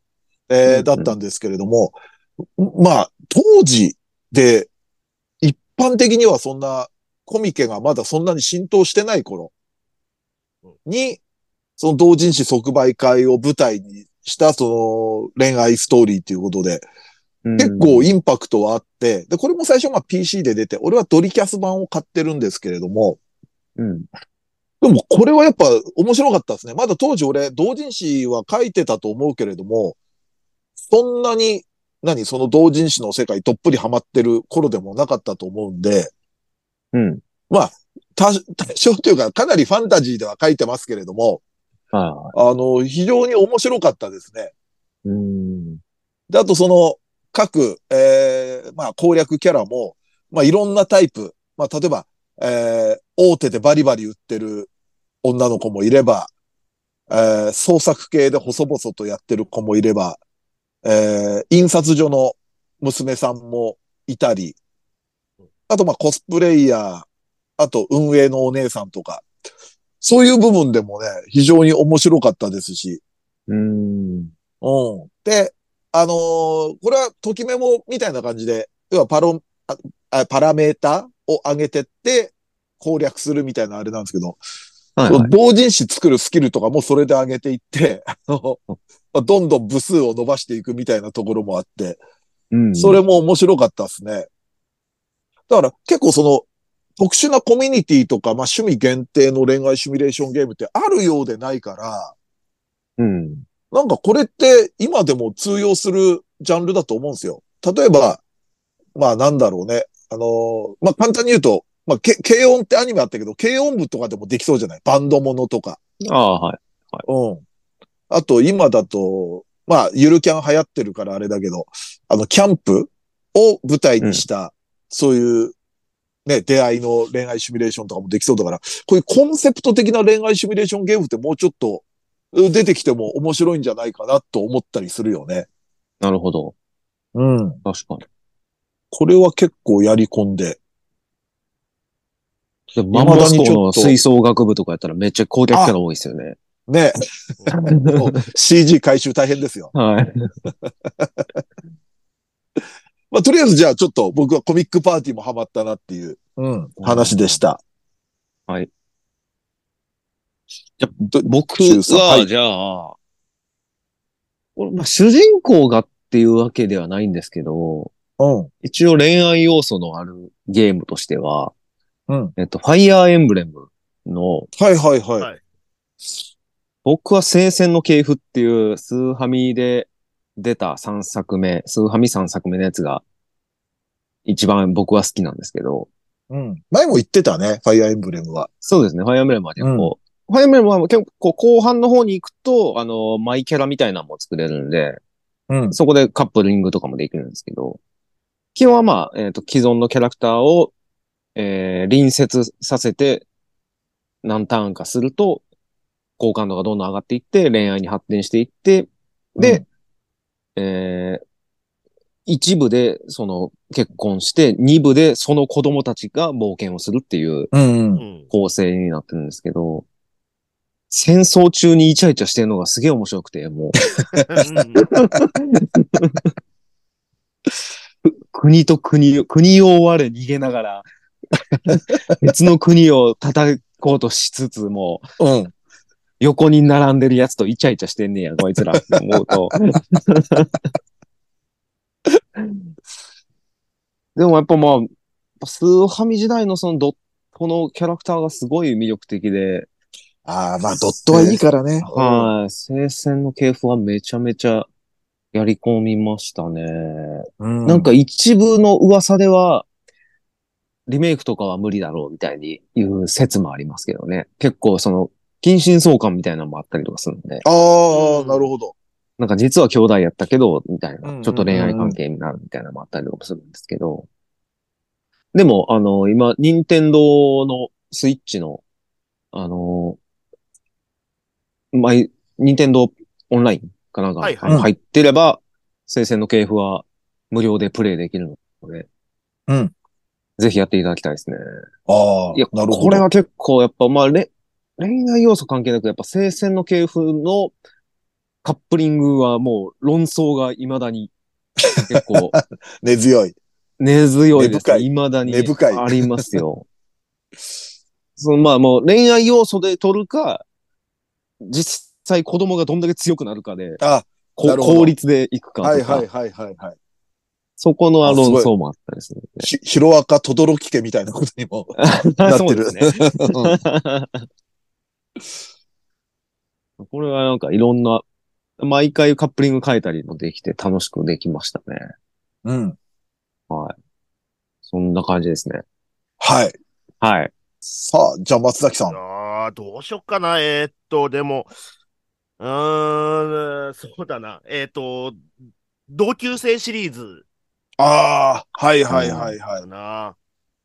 Speaker 2: え
Speaker 3: う
Speaker 2: ー
Speaker 3: ん
Speaker 2: だったんですけれども、まあ、当時で、一般的にはそんなコミケがまだそんなに浸透してない頃に、その同人誌即売会を舞台にしたその恋愛ストーリーということで、結構インパクトはあって、で、これも最初まあ PC で出て、俺はドリキャス版を買ってるんですけれども、
Speaker 3: うん。
Speaker 2: でもこれはやっぱ面白かったですね。まだ当時俺、同人誌は書いてたと思うけれども、そんなに、何、その同人誌の世界どっぷりハマってる頃でもなかったと思うんで、
Speaker 3: うん。
Speaker 2: 多 [laughs] 少多少というかかなりファンタジーでは書いてますけれども、
Speaker 3: は
Speaker 2: あの、非常に面白かったですね。
Speaker 3: い。うん。
Speaker 2: で、あとその、各、えーまあ攻略キャラも、まあいろんなタイプ。まあ例えば、えー大手でバリバリ売ってる女の子もいれば、えー創作系で細々とやってる子もいれば、えー印刷所の娘さんもいたり、あとまあコスプレイヤー、あと運営のお姉さんとか、そういう部分でもね、非常に面白かったですし、
Speaker 3: うん。
Speaker 2: うん。で、あのーこれは、ときメモみたいな感じで、要はパロン、ああパラメーターを上げてって、攻略するみたいなあれなんですけど、
Speaker 3: はい
Speaker 2: そ
Speaker 3: は
Speaker 2: の同人誌作るスキルとかもそれで上げていって、あの、まあどんどん部数を伸ばしていくみたいなところもあって、
Speaker 3: い。
Speaker 2: それも面白かったですね。だから結構その、特殊なコミュニティとか、まあ趣味限定の恋愛シミュレーションゲームってあるようでないから、
Speaker 3: うん。
Speaker 2: なんかこれって今でも通用するジャンルだと思うんですよ。例えば、まあなんだろうね。あのーまあ簡単に言うと、まあ、け軽音ってアニメあったけど、軽音部とかでもできそうじゃないバンドものとか。
Speaker 3: ああ、はい。
Speaker 2: うん。あと今だと、まあゆるキャン流行ってるからあれだけど、あの、キャンプを舞台にした、そういう、ね、出会いの恋愛シミュレーションとかもできそうだから、こういうコンセプト的な恋愛シミュレーションゲームってもうちょっとう出てきても面白いんじゃないかなと思ったりするよね。
Speaker 3: なるほど。
Speaker 2: うん。
Speaker 3: 確かに。
Speaker 2: これは結構やり込んで。
Speaker 3: でマンモス校の吹奏楽部とかやったらめっちゃ攻略キャラ多いですよね。
Speaker 2: [laughs] ね。もう CG 回収大変ですよ。
Speaker 3: はい。
Speaker 2: まあ、とりあえずじゃあちょっと僕はコミックパーティーもハマったなっていう、うん、話でした。
Speaker 3: じゃあ
Speaker 2: ど
Speaker 3: [laughs] 僕
Speaker 2: シュウさん
Speaker 3: は、
Speaker 2: はい
Speaker 3: じゃあ、これまあ、主人公がっていうわけではないんですけど、
Speaker 2: うん。
Speaker 3: 一応恋愛要素のあるゲームとしては、
Speaker 2: うん
Speaker 3: えっと、ファイアーエンブレムの、
Speaker 2: はいはいはい。
Speaker 4: はい
Speaker 3: 僕は聖戦の系譜っていう、スーハミで出た3作目、スーハミ3作目のやつが、一番僕は好きなんですけど、
Speaker 2: うん。前も言ってたね、ファイアーエンブレムは。
Speaker 3: そうですね、ファイアーエンブレムは結構、ファイアーエンブレムは結構後半の方に行くと、あの、マイキャラみたいなのも作れるんで、
Speaker 2: うん。
Speaker 3: そこでカップリングとかもできるんですけど、基本はまあ、えっ、と、既存のキャラクターを、えー、隣接させて、何ターンかすると、好感度がどんどん上がっていって、恋愛に発展していって、で、えー、一部で、その、結婚して、二部で、その子供たちが冒険をするっていう
Speaker 2: うんうん。
Speaker 4: ん。
Speaker 3: 構成になってるんですけど、戦争中にイチャイチャしてるのがすげえ面白くて、もう。 [laughs] 国と国を、国を追われ逃げながら、 [laughs] 別の国を叩こうとしつつも、
Speaker 2: うん。
Speaker 3: 横に並んでるやつとイチャイチャしてんねや、こいつらって思うと。 [laughs] でもやっぱまあ、スーハミ時代のそのドットのキャラクターがすごい魅力的で、
Speaker 2: ああ、まあ、ドットはいいからね。
Speaker 3: はい、聖戦の系譜はめちゃめちゃやり込みましたね。
Speaker 2: うん。
Speaker 3: なんか一部の噂では、リメイクとかは無理だろうみたいにいう説もありますけどね。結構その、近親相関みたいなのもあったりとかするんで、
Speaker 2: ああ、なるほど。
Speaker 3: なんか実は兄弟やったけど、みたい
Speaker 2: うん
Speaker 3: な、ちょっと恋愛関係になるみたいなのもあったりとかするんですけど。でも、あの、今、任天堂のスイッチの、あの、マイ、任天堂オンラインかなんか
Speaker 4: はいはい
Speaker 3: 入ってれば、聖戦の系譜は無料でプレイできるので、
Speaker 2: うん。
Speaker 3: ぜひやっていただきたいですね。
Speaker 2: ああ
Speaker 3: いや、、
Speaker 2: なるほど。
Speaker 3: これは結構やっぱ、まあ、れ恋愛要素関係なく、やっぱ聖戦の系譜のカップリングはもう論争が未だに結
Speaker 2: [laughs]
Speaker 3: 構
Speaker 2: 根強い。
Speaker 3: 根強いです、
Speaker 2: 根深
Speaker 3: ね。
Speaker 2: い
Speaker 3: 未だに
Speaker 2: 根深い
Speaker 3: ありますよ。そのまあもう恋愛要素で取るか、実際子供がどんだけ強くなるかで、
Speaker 2: あ
Speaker 3: こ
Speaker 2: なるほど
Speaker 3: 効率でいくかとか、
Speaker 2: はいはいはいはいはい。
Speaker 3: そこの論
Speaker 2: すご
Speaker 3: 争もあったりするんで。
Speaker 2: ひ、ひろあかとどろき家みたいなことにもなって
Speaker 3: そう
Speaker 2: る
Speaker 3: です。ね。これはなんかいろんな、毎回カップリング変えたりもできて楽しくできましたね。
Speaker 2: うんうん。
Speaker 3: はい。そんな感じですね。
Speaker 2: はい。
Speaker 3: はい。
Speaker 2: さあ、じゃあ松崎さん。
Speaker 4: ああ、どうしよっかな。えーっと、でも、うーん、そうだな。えーっと、同級生シリーズ
Speaker 2: ああ、はいはいはいはい
Speaker 4: だ。な。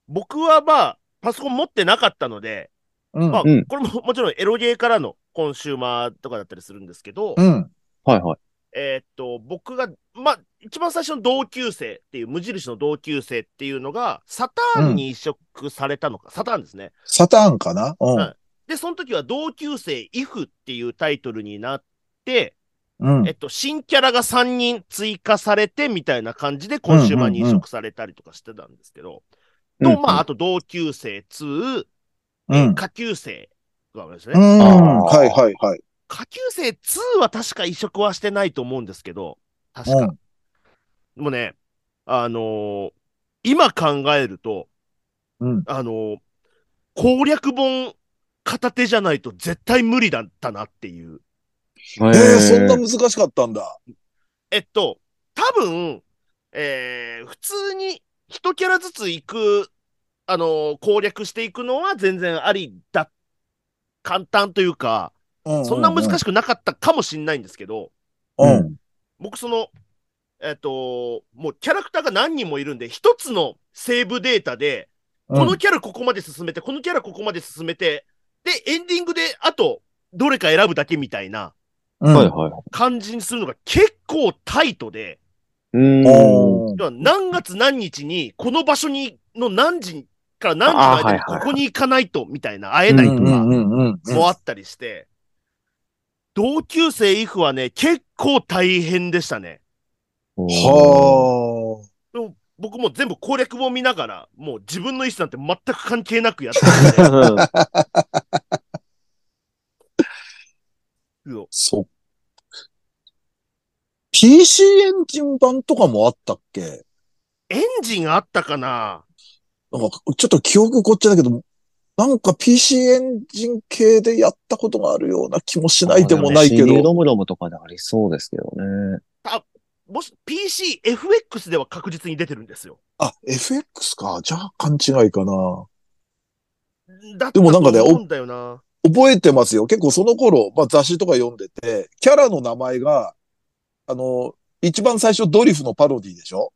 Speaker 4: 僕はまあ、パソコン持ってなかったので、
Speaker 2: うん
Speaker 4: まあ、
Speaker 3: うん
Speaker 4: これもも [laughs] ちろんエロゲーからのコンシューマーとかだったりするんですけど、
Speaker 2: うん。
Speaker 3: はいはい。
Speaker 4: えーっと、僕が、まあ、一番最初の同級生っていう、無印の同級生っていうのが、サターンに移植されたのか、サターンですね。
Speaker 2: サターンかなう
Speaker 4: はい
Speaker 2: ん。
Speaker 4: で、その時は同級生 IF っていうタイトルになって、
Speaker 2: うん
Speaker 4: えっ。と、新キャラが3人追加されてみたいな感じで今週版に移植されたりとかしてたんですけど、
Speaker 3: うん
Speaker 4: と、まあ、あと同級生2、
Speaker 2: うん。
Speaker 4: 下級生があるんです
Speaker 2: う
Speaker 4: ね。
Speaker 2: ん。
Speaker 3: あー
Speaker 2: はいはいはい。
Speaker 4: 下級生2は確か移植はしてないと思うんですけど、確
Speaker 2: う
Speaker 4: か。
Speaker 2: ん。
Speaker 4: もうね、あのー今考えると、
Speaker 2: うん
Speaker 4: あのー攻略本片手じゃないと絶対無理だったなっていう。
Speaker 2: ええ、そんな難しかったんだ。
Speaker 4: えっと、多分、えー普通に一キャラずつ行く、あのー攻略していくのは全然ありだ、簡単というか、そんな難
Speaker 2: し
Speaker 4: しくなかったかもしれないんですけど、
Speaker 2: うん。
Speaker 4: 僕その、えっと、もうキャラクターが何人もいるんで、一つのセーブデータで、このキャラここまで進めて、このキャラここまで進めて、で、エンディングで、あと、どれか選ぶだけみたいな
Speaker 2: うん
Speaker 3: はいはい。
Speaker 4: 感じにするのが結構タイトで、
Speaker 3: う
Speaker 2: うん
Speaker 3: ーん。
Speaker 2: おー
Speaker 4: 要は何月何日に、この場所に、の何時から何時の間に
Speaker 3: あーはいはいは
Speaker 4: ここ
Speaker 3: い
Speaker 4: に行かないと、みたいな、会えないと
Speaker 2: うん
Speaker 4: か、
Speaker 2: うんうんうん
Speaker 4: もあったりして、同級生イフはね、結構大変でしたね。
Speaker 2: は
Speaker 4: でも僕も全部攻略本見ながら、もう自分の意思なんて全く関係なくやってた
Speaker 2: [laughs]
Speaker 4: んで
Speaker 3: ぁ。
Speaker 4: うん
Speaker 2: あ。そっ PC エンジン版とかもあったっけ
Speaker 4: エンジンあったかな
Speaker 2: なんか、ちょっと記憶こっちゃだけど、なんか PC エンジン系でやったことがあるような気もしないでもないけ
Speaker 3: シニ
Speaker 2: ど。
Speaker 3: ドムドムとかでありそうですけどね。
Speaker 4: もし PCFX では確実に出てるんですよ。
Speaker 2: あ、FX か。じゃあ勘違いかな。
Speaker 4: だった
Speaker 2: でもなんかね
Speaker 4: と思うんだよな。
Speaker 2: 覚えてますよ。結構その頃、まあ雑誌とか読んでて、キャラの名前が、あの、一番最初ドリフのパロディでしょ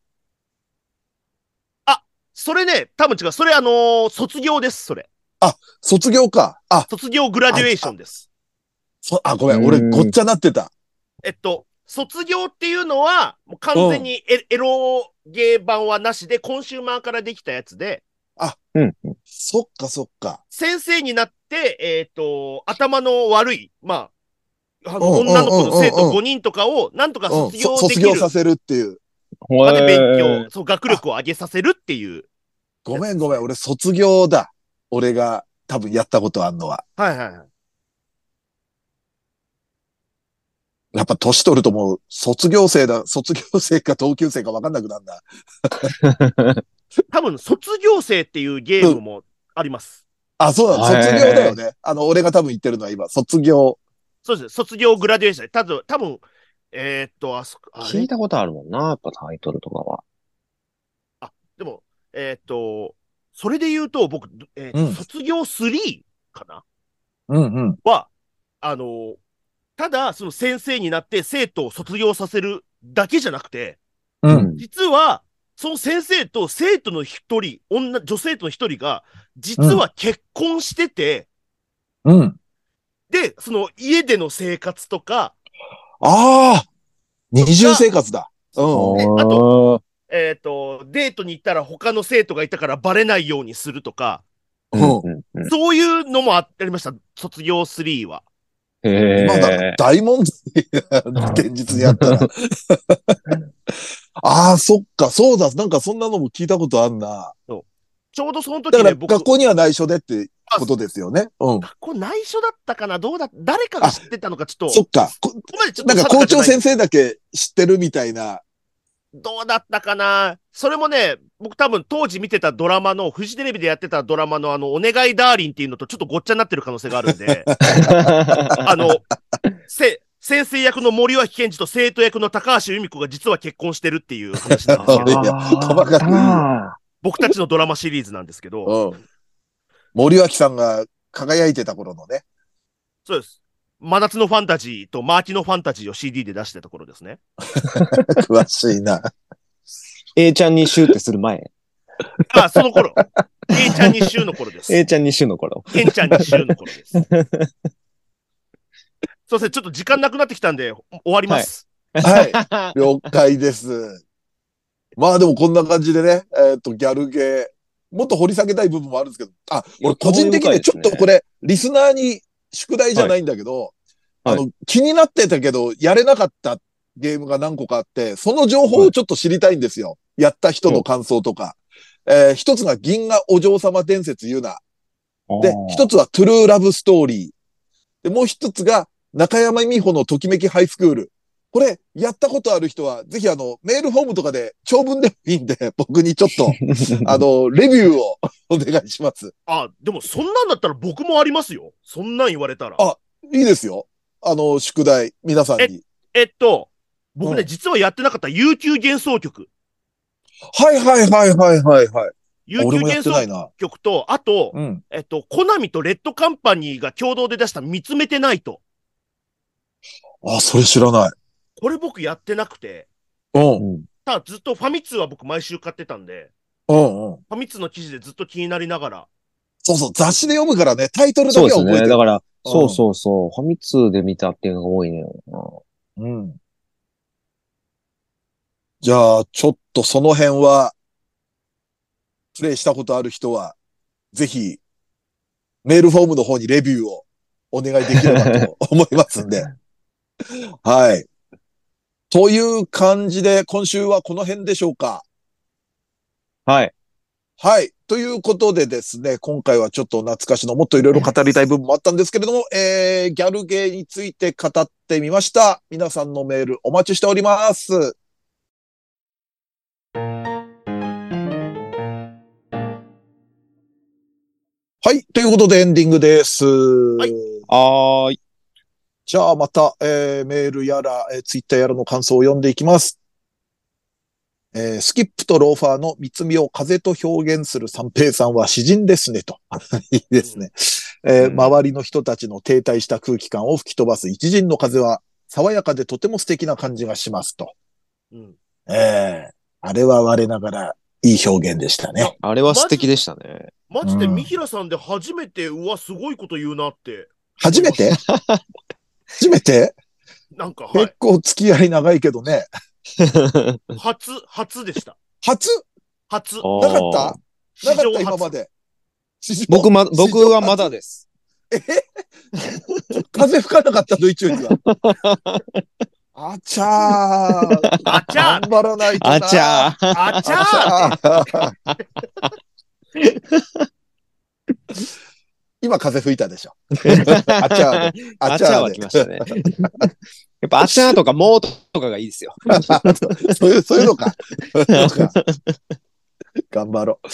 Speaker 4: それね、多分違う。それあのー卒業です、それ。
Speaker 2: 卒業か。あ、
Speaker 4: 卒業グラデュエーションです。
Speaker 2: そあ、ごめん、
Speaker 3: うん
Speaker 2: 俺ごっちゃなってた。
Speaker 4: えっと、卒業っていうのは、もう完全にエ,、エロゲー版はなしで、コンシューマーからできたやつで、
Speaker 3: うん。
Speaker 2: そっかそっか。
Speaker 4: 先生になって、えっ、と、頭の悪い、まあ、あの
Speaker 2: うんうん
Speaker 4: 女の子の生
Speaker 2: うんうん
Speaker 4: 徒
Speaker 2: うん
Speaker 4: 5人とかを、なんとか
Speaker 2: うん、
Speaker 4: 卒業
Speaker 2: そ
Speaker 4: でき
Speaker 2: 卒業
Speaker 4: る
Speaker 2: させるっていう。
Speaker 4: まで勉
Speaker 3: へ
Speaker 4: 強
Speaker 3: ー、
Speaker 4: そう、学力を上げさせるっていう。
Speaker 2: ごめんごめん、俺卒業だ。俺が多分やったことあんのは。
Speaker 4: はいはいはい。
Speaker 2: やっぱ年取るともう卒業生だ、卒業生か同級生かわかんなくなるんだ。
Speaker 4: 多分、卒業生っていうゲームもあります。
Speaker 2: あ、そうだ、
Speaker 3: はい
Speaker 2: 卒業だよね。あの、俺が多分言ってるのは今、卒業。
Speaker 4: そうです。卒業グラデュエーション。たぶ多分、えーっと、あそこ、あ
Speaker 3: [laughs] 聞
Speaker 4: れ
Speaker 3: いたことあるもんな、やっぱタイトルとかは。
Speaker 4: でも、えーっと、それで言うと、僕、えーっと
Speaker 2: うん
Speaker 4: 卒業3かな
Speaker 2: うんうん。
Speaker 4: は、あの、ただ、その先生になって生徒を卒業させるだけじゃなくて、
Speaker 2: う。。
Speaker 3: うん
Speaker 4: 実は、その先生と生徒の一人、女、女生徒の一人が、実は結婚してて、
Speaker 2: うん。
Speaker 4: で、その家での生活とか、
Speaker 2: ああ二重生活だ。うん。
Speaker 4: ねあ
Speaker 3: と、
Speaker 4: えっ、と、デートに行ったら他の生徒がいたからバレないようにするとか、
Speaker 2: うん。
Speaker 3: うんうん
Speaker 4: そういうのもあありました、卒業3は。
Speaker 3: へ
Speaker 2: まあだ
Speaker 3: え。
Speaker 2: 大問題だ現実にあったら。
Speaker 4: [laughs]
Speaker 2: ああ、そっか、そうだ、なんかそんなのも聞いたことあんな。
Speaker 4: ちょうどその時
Speaker 2: だか
Speaker 4: ね、
Speaker 2: ら
Speaker 4: 僕、
Speaker 2: 学校には内緒でってことですよね。うん。
Speaker 4: 学校内緒だったかなどうだ、誰かが知ってたのかちょっと、
Speaker 2: そっか。こ
Speaker 4: ここまでちょっ
Speaker 2: な
Speaker 4: と
Speaker 2: んか校長先
Speaker 4: 生。
Speaker 2: 生だけ知ってるみたいな。
Speaker 4: どうだったかなそれもね、僕多分当時見てたドラマの、フジテレビでやってたドラマのあの、お願いダーリンっていうのとちょっとごっちゃになってる可能性があるんで、あの、せ、先生役の森脇健児と生徒役の高橋由美子が実は結婚してるっていう話なん
Speaker 3: [laughs]
Speaker 4: ですけど、
Speaker 2: いや細かく言う
Speaker 3: な
Speaker 4: 僕たちのドラマシリーズなんですけど、
Speaker 2: うん。森脇さんが輝いてた頃のね。 [laughs]
Speaker 4: そうです。真夏のファンタジーとマーキのファンタジーを CD で出してたところですね。
Speaker 2: 詳し
Speaker 4: [laughs]
Speaker 2: いな。
Speaker 3: A ちゃんにシューってする [laughs] 前。
Speaker 4: あ、その頃。A ちゃんに週の頃です。
Speaker 3: A ちゃんにシューの頃。
Speaker 4: ケンちゃんに週の頃
Speaker 2: [laughs]
Speaker 4: です。すいません、ちょっと時間なくなってきたんで、終わります。
Speaker 3: [laughs]
Speaker 2: はい。了解です。まあでもこんな感じでね、えっ、と、ギャルゲー、もっと掘り下げたい部分もあるんですけど、あ、俺個人的にねちょっとこれ、リスナーに宿題じゃないんだけど、
Speaker 3: はい
Speaker 2: あの、気になってたけど、やれなかったゲームが何個かあって、その情報をちょっと知りたいんですよ。やった人の感想とか。えー一つが銀河お嬢様伝説ユナ。
Speaker 3: [laughs]
Speaker 2: で、一つはトゥルーラブストーリー。で、もう一つが中山美穂のときめきハイスクール。これ、やったことある人は、ぜひあの、メールフォームとかで、長文でもいいんで、 [laughs] 僕にちょっ
Speaker 3: [laughs]
Speaker 2: と、あの、レビューを [laughs] お願いします。
Speaker 4: あ、でもそんなんだったら僕もありますよ。そんなん言われたら。
Speaker 2: あいいですよ。あの、宿題、皆さんに。
Speaker 4: えっと、僕ね、
Speaker 2: うん
Speaker 4: 実はやってなかった悠久幻想曲。
Speaker 2: はいはいはいはいはいはい。
Speaker 4: 悠
Speaker 2: 俺
Speaker 4: 久
Speaker 2: もや
Speaker 4: 幻
Speaker 2: ってな
Speaker 4: 想
Speaker 2: いな。
Speaker 4: 曲と、あと、
Speaker 2: うん。
Speaker 4: えっと、コナミとレッドカンパニーが共同で出した見つめてないと。
Speaker 2: あ、それ知らない。
Speaker 4: これ僕やってなくて。
Speaker 2: うん。
Speaker 4: ただずっとファミ通は僕毎週買ってたんで、
Speaker 2: うんうん。
Speaker 4: ファミ通の記事でずっと気になりながら。
Speaker 2: そうそう、雑誌で読むからね、タイトルだ
Speaker 3: そう
Speaker 2: け
Speaker 3: で
Speaker 2: は
Speaker 3: す
Speaker 2: 覚えて
Speaker 3: ね。
Speaker 2: る。
Speaker 3: だから、
Speaker 2: うん
Speaker 3: そうそうそう。ファミ通で見たっていうのが多いね。
Speaker 2: うん。じゃあ、ちょっとその辺は、プレイしたことある人は、ぜひ、メールフォームの方にレビューをお願いできればと思いますんで。はい。という感じで、今週はこの辺でしょうか。
Speaker 3: はい。
Speaker 2: はい。ということでですね、今回はちょっと懐かしのもっといろいろ語りたい部分もあったんですけれども、えー、ギャルゲーについて語ってみました。皆さんのメールお待ちしております。はい。ということでエンディングです。はい
Speaker 3: あーい。
Speaker 2: じゃあまた、えーメールやら、えーツイッターやらの感想を読んでいきます。えースキップとローファーの三つ身を風と表現する三平さんは詩人ですね、と。 [laughs] いいですね。えー
Speaker 3: うん
Speaker 2: 周りの人たちの停滞した空気感を吹き飛ばす一陣の風は、爽やかでとても素敵な感じがしますと。
Speaker 4: うん。
Speaker 2: えーあれは我ながらいい表現でしたね。
Speaker 3: あれは素敵でした [laughs] ね。
Speaker 4: マジで、
Speaker 2: うん
Speaker 4: 三平さんで初めて、うわ、すごいこと言うなって。
Speaker 2: 初め
Speaker 3: [laughs]
Speaker 2: て初めて
Speaker 4: なんか、は
Speaker 2: 結構付き合い長いけどね。
Speaker 4: い。初、初でした。
Speaker 2: 初
Speaker 4: 初。
Speaker 3: あー
Speaker 2: なかった
Speaker 4: 史
Speaker 2: なか
Speaker 4: 上
Speaker 2: った今ま
Speaker 4: 初。
Speaker 2: で。史上
Speaker 3: 僕ま、
Speaker 2: 史上
Speaker 3: 僕はまだです。
Speaker 2: [laughs] 風吹かなかったドイツよ
Speaker 3: [laughs]
Speaker 2: りは。あちゃー。
Speaker 4: あちゃー
Speaker 2: 頑張らないとな。
Speaker 3: あちゃー。
Speaker 4: あちゃー
Speaker 2: あちゃ
Speaker 4: [laughs]
Speaker 2: ー今風吹いたでしょ。あちゃーで。
Speaker 3: [laughs] あちゃーは来ましたね。 [laughs] やっぱあちゃーとかもうとかがいいですよ。
Speaker 2: で [laughs] そういう、そういうのか。そういうのか [laughs] 頑張ろう。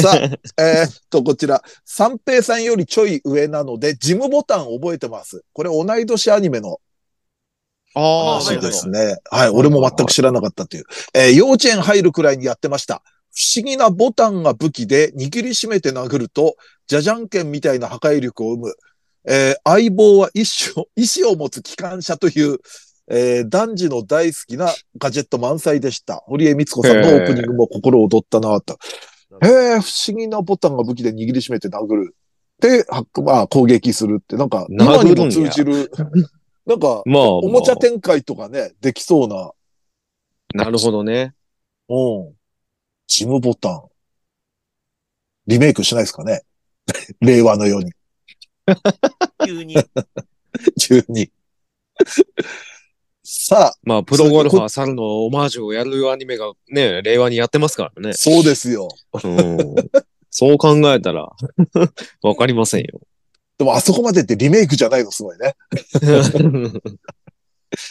Speaker 2: さ [laughs] あ、えーっと、こちら。三平さんよりちょい上なので、ジムボタン覚えてます。これ同い年アニメの
Speaker 3: あ
Speaker 4: ー
Speaker 2: そうで
Speaker 3: ね
Speaker 2: すね。はい、俺も全く知らなかったという。えー幼稚園入るくらいにやってました。不思議なボタンが武器で握りしめて殴ると、じゃじゃんけんみたいな破壊力を生む。えー相棒は意志を、意志を持つ機関車という、えー男児の大好きなガジェット満載でした。堀江光子さんのオープニングも心躍ったなと。へえ、不思議なボタンが武器で握りしめて殴る。で、はまあ、攻撃するって、なんか、今にも通じる、なんか、
Speaker 3: まあ、
Speaker 2: おもちゃ展開とかね、できそうな。
Speaker 3: なるほどね。
Speaker 2: うん。ジムボタン。リメイクしないですかね [laughs] 令和のように。 [laughs]
Speaker 4: 急に。
Speaker 2: 急に。 [laughs] さ
Speaker 3: まあ、プロゴルファー猿のオマージュをやるアニメがね、令和にやってますからね
Speaker 2: あ、。そうですよ。
Speaker 3: うん、そう考えたら、わかりませんよ。
Speaker 2: [laughs] でもあそこまでってリメイクじゃないのすごいね。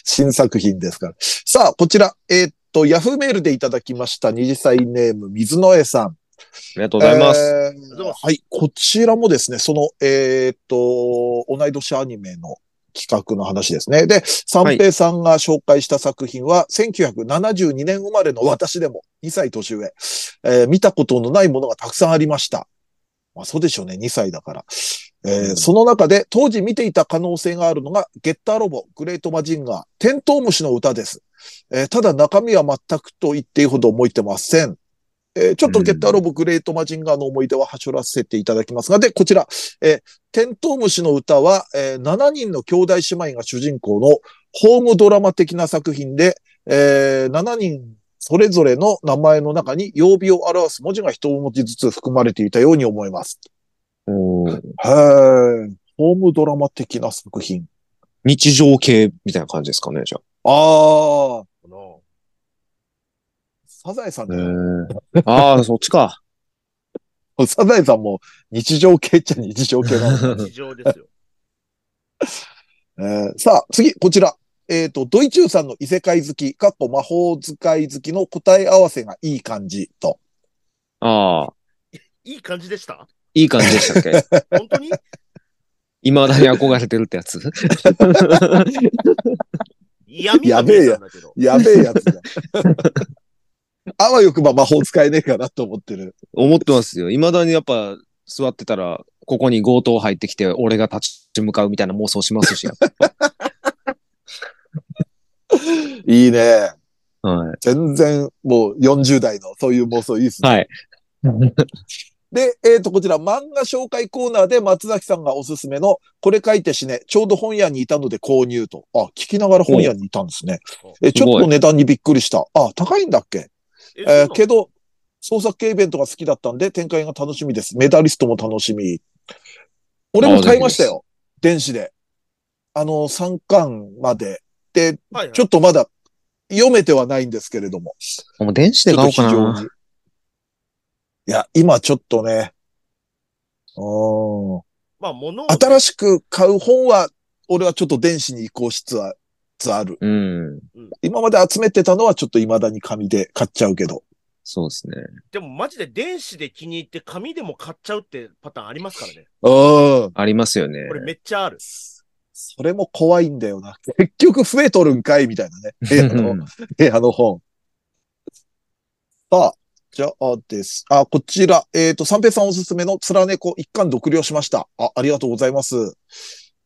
Speaker 2: 新作品ですから。さあ、こちら。えーっと、ヤフーメールでいただきました20歳ネーム、水野絵さん。
Speaker 3: ありがとうございます。
Speaker 2: えー
Speaker 4: りがとうございま
Speaker 2: はい、こちらもですね、その、えーっと、同い年アニメの企画の話ですね。で、三平さんが紹介した作品は、1972年生まれの私でも2歳年上、えー見たことのないものがたくさんありました。まあそうでしょうね、2歳だから。えー
Speaker 3: うん
Speaker 2: その中で当時見ていた可能性があるのが、ゲッターロボ、グレートマジンガー、テントウムシの歌です。えーただ中身は全くと言っていいほど思いてません。えーちょっとゲッターロボ、グレートマジンガーの思い出ははしょらせていただきますが、で、こちら、えーテントウムシの歌は、えー7人の兄弟姉妹が主人公のホームドラマ的な作品で、えー7人それぞれの名前の中に曜日を表す文字が一文字ずつ含まれていたように思います。
Speaker 3: うん
Speaker 2: へーホームドラマ的な作品。
Speaker 3: 日常系みたいな感じですかね、じゃ
Speaker 2: ああ、
Speaker 4: かな
Speaker 2: サザエさん
Speaker 3: あ。
Speaker 2: だよ、
Speaker 3: ああ、そっちか。
Speaker 2: [laughs] サザエさんも日常系っちゃ日常系 [laughs] なの。
Speaker 4: 地上ですよ。
Speaker 2: えーさあ、次、こちら。えっ、と、ドイチューさんの異世界好き、かっこ魔法使い好きの答え合わせがいい感じと。
Speaker 3: ああ、
Speaker 4: いい感じでした
Speaker 3: いい感じでしたっ
Speaker 2: [laughs]
Speaker 3: け
Speaker 4: 本当に
Speaker 3: 未だに憧れてるってやつ
Speaker 2: [laughs]
Speaker 4: 闇が見えたんだけど。
Speaker 2: やべえやつだ。 [laughs] あわよくば魔法使えねえかなと思ってる。
Speaker 3: 思ってますよ。未だにやっぱ座ってたら、ここに強盗入ってきて、俺が立ち向かうみたいな妄想
Speaker 2: [laughs]
Speaker 3: しますし。やっ
Speaker 2: いいね。
Speaker 3: ぱはい。
Speaker 2: 全然、もう40代のそういう妄想いいっすね。
Speaker 3: はい。
Speaker 2: [laughs] で、えっ、と、こちら漫画紹介コーナーで松崎さんがおすすめの、これ書いて死ね、ちょうど本屋にいたので購入と。あ、聞きながら本屋にいたんですね。え、ちょっと値段にびっくりした。あ、高いんだっけ
Speaker 4: え
Speaker 2: えー
Speaker 4: そうなの
Speaker 2: けど、創作系イベントが好きだったんで、展開が楽しみです。メダリストも楽しみ。俺も買いましたよ。電子で。あの、3巻まで。で、
Speaker 4: はいはい
Speaker 2: ちょっとまだ読めてはないんですけれども。
Speaker 3: もう電子で買おうか
Speaker 2: ちょっと非
Speaker 3: な
Speaker 2: 常。に。いや、今ちょっとね、う
Speaker 4: まあ、物を
Speaker 2: ん新しく買う本は、俺はちょっと電子に移行しつつある。
Speaker 3: うん。
Speaker 2: 今まで集めてたのはちょっと未だに紙で買っちゃうけど。
Speaker 3: そうですね。
Speaker 4: でもマジで電子で気に入って紙でも買っちゃうってパターンありますからね。
Speaker 2: うん。
Speaker 3: ありますよね
Speaker 4: こ。れめっちゃある。
Speaker 2: それも怖いんだよ
Speaker 3: [laughs]
Speaker 2: な。結局増えとるんかいみたいなね。部屋の、部屋の本。さあ、じゃあです。あ、こちら、えっ、と、三平さんおすすめの面猫一貫独了しました。あ、ありがとうございます。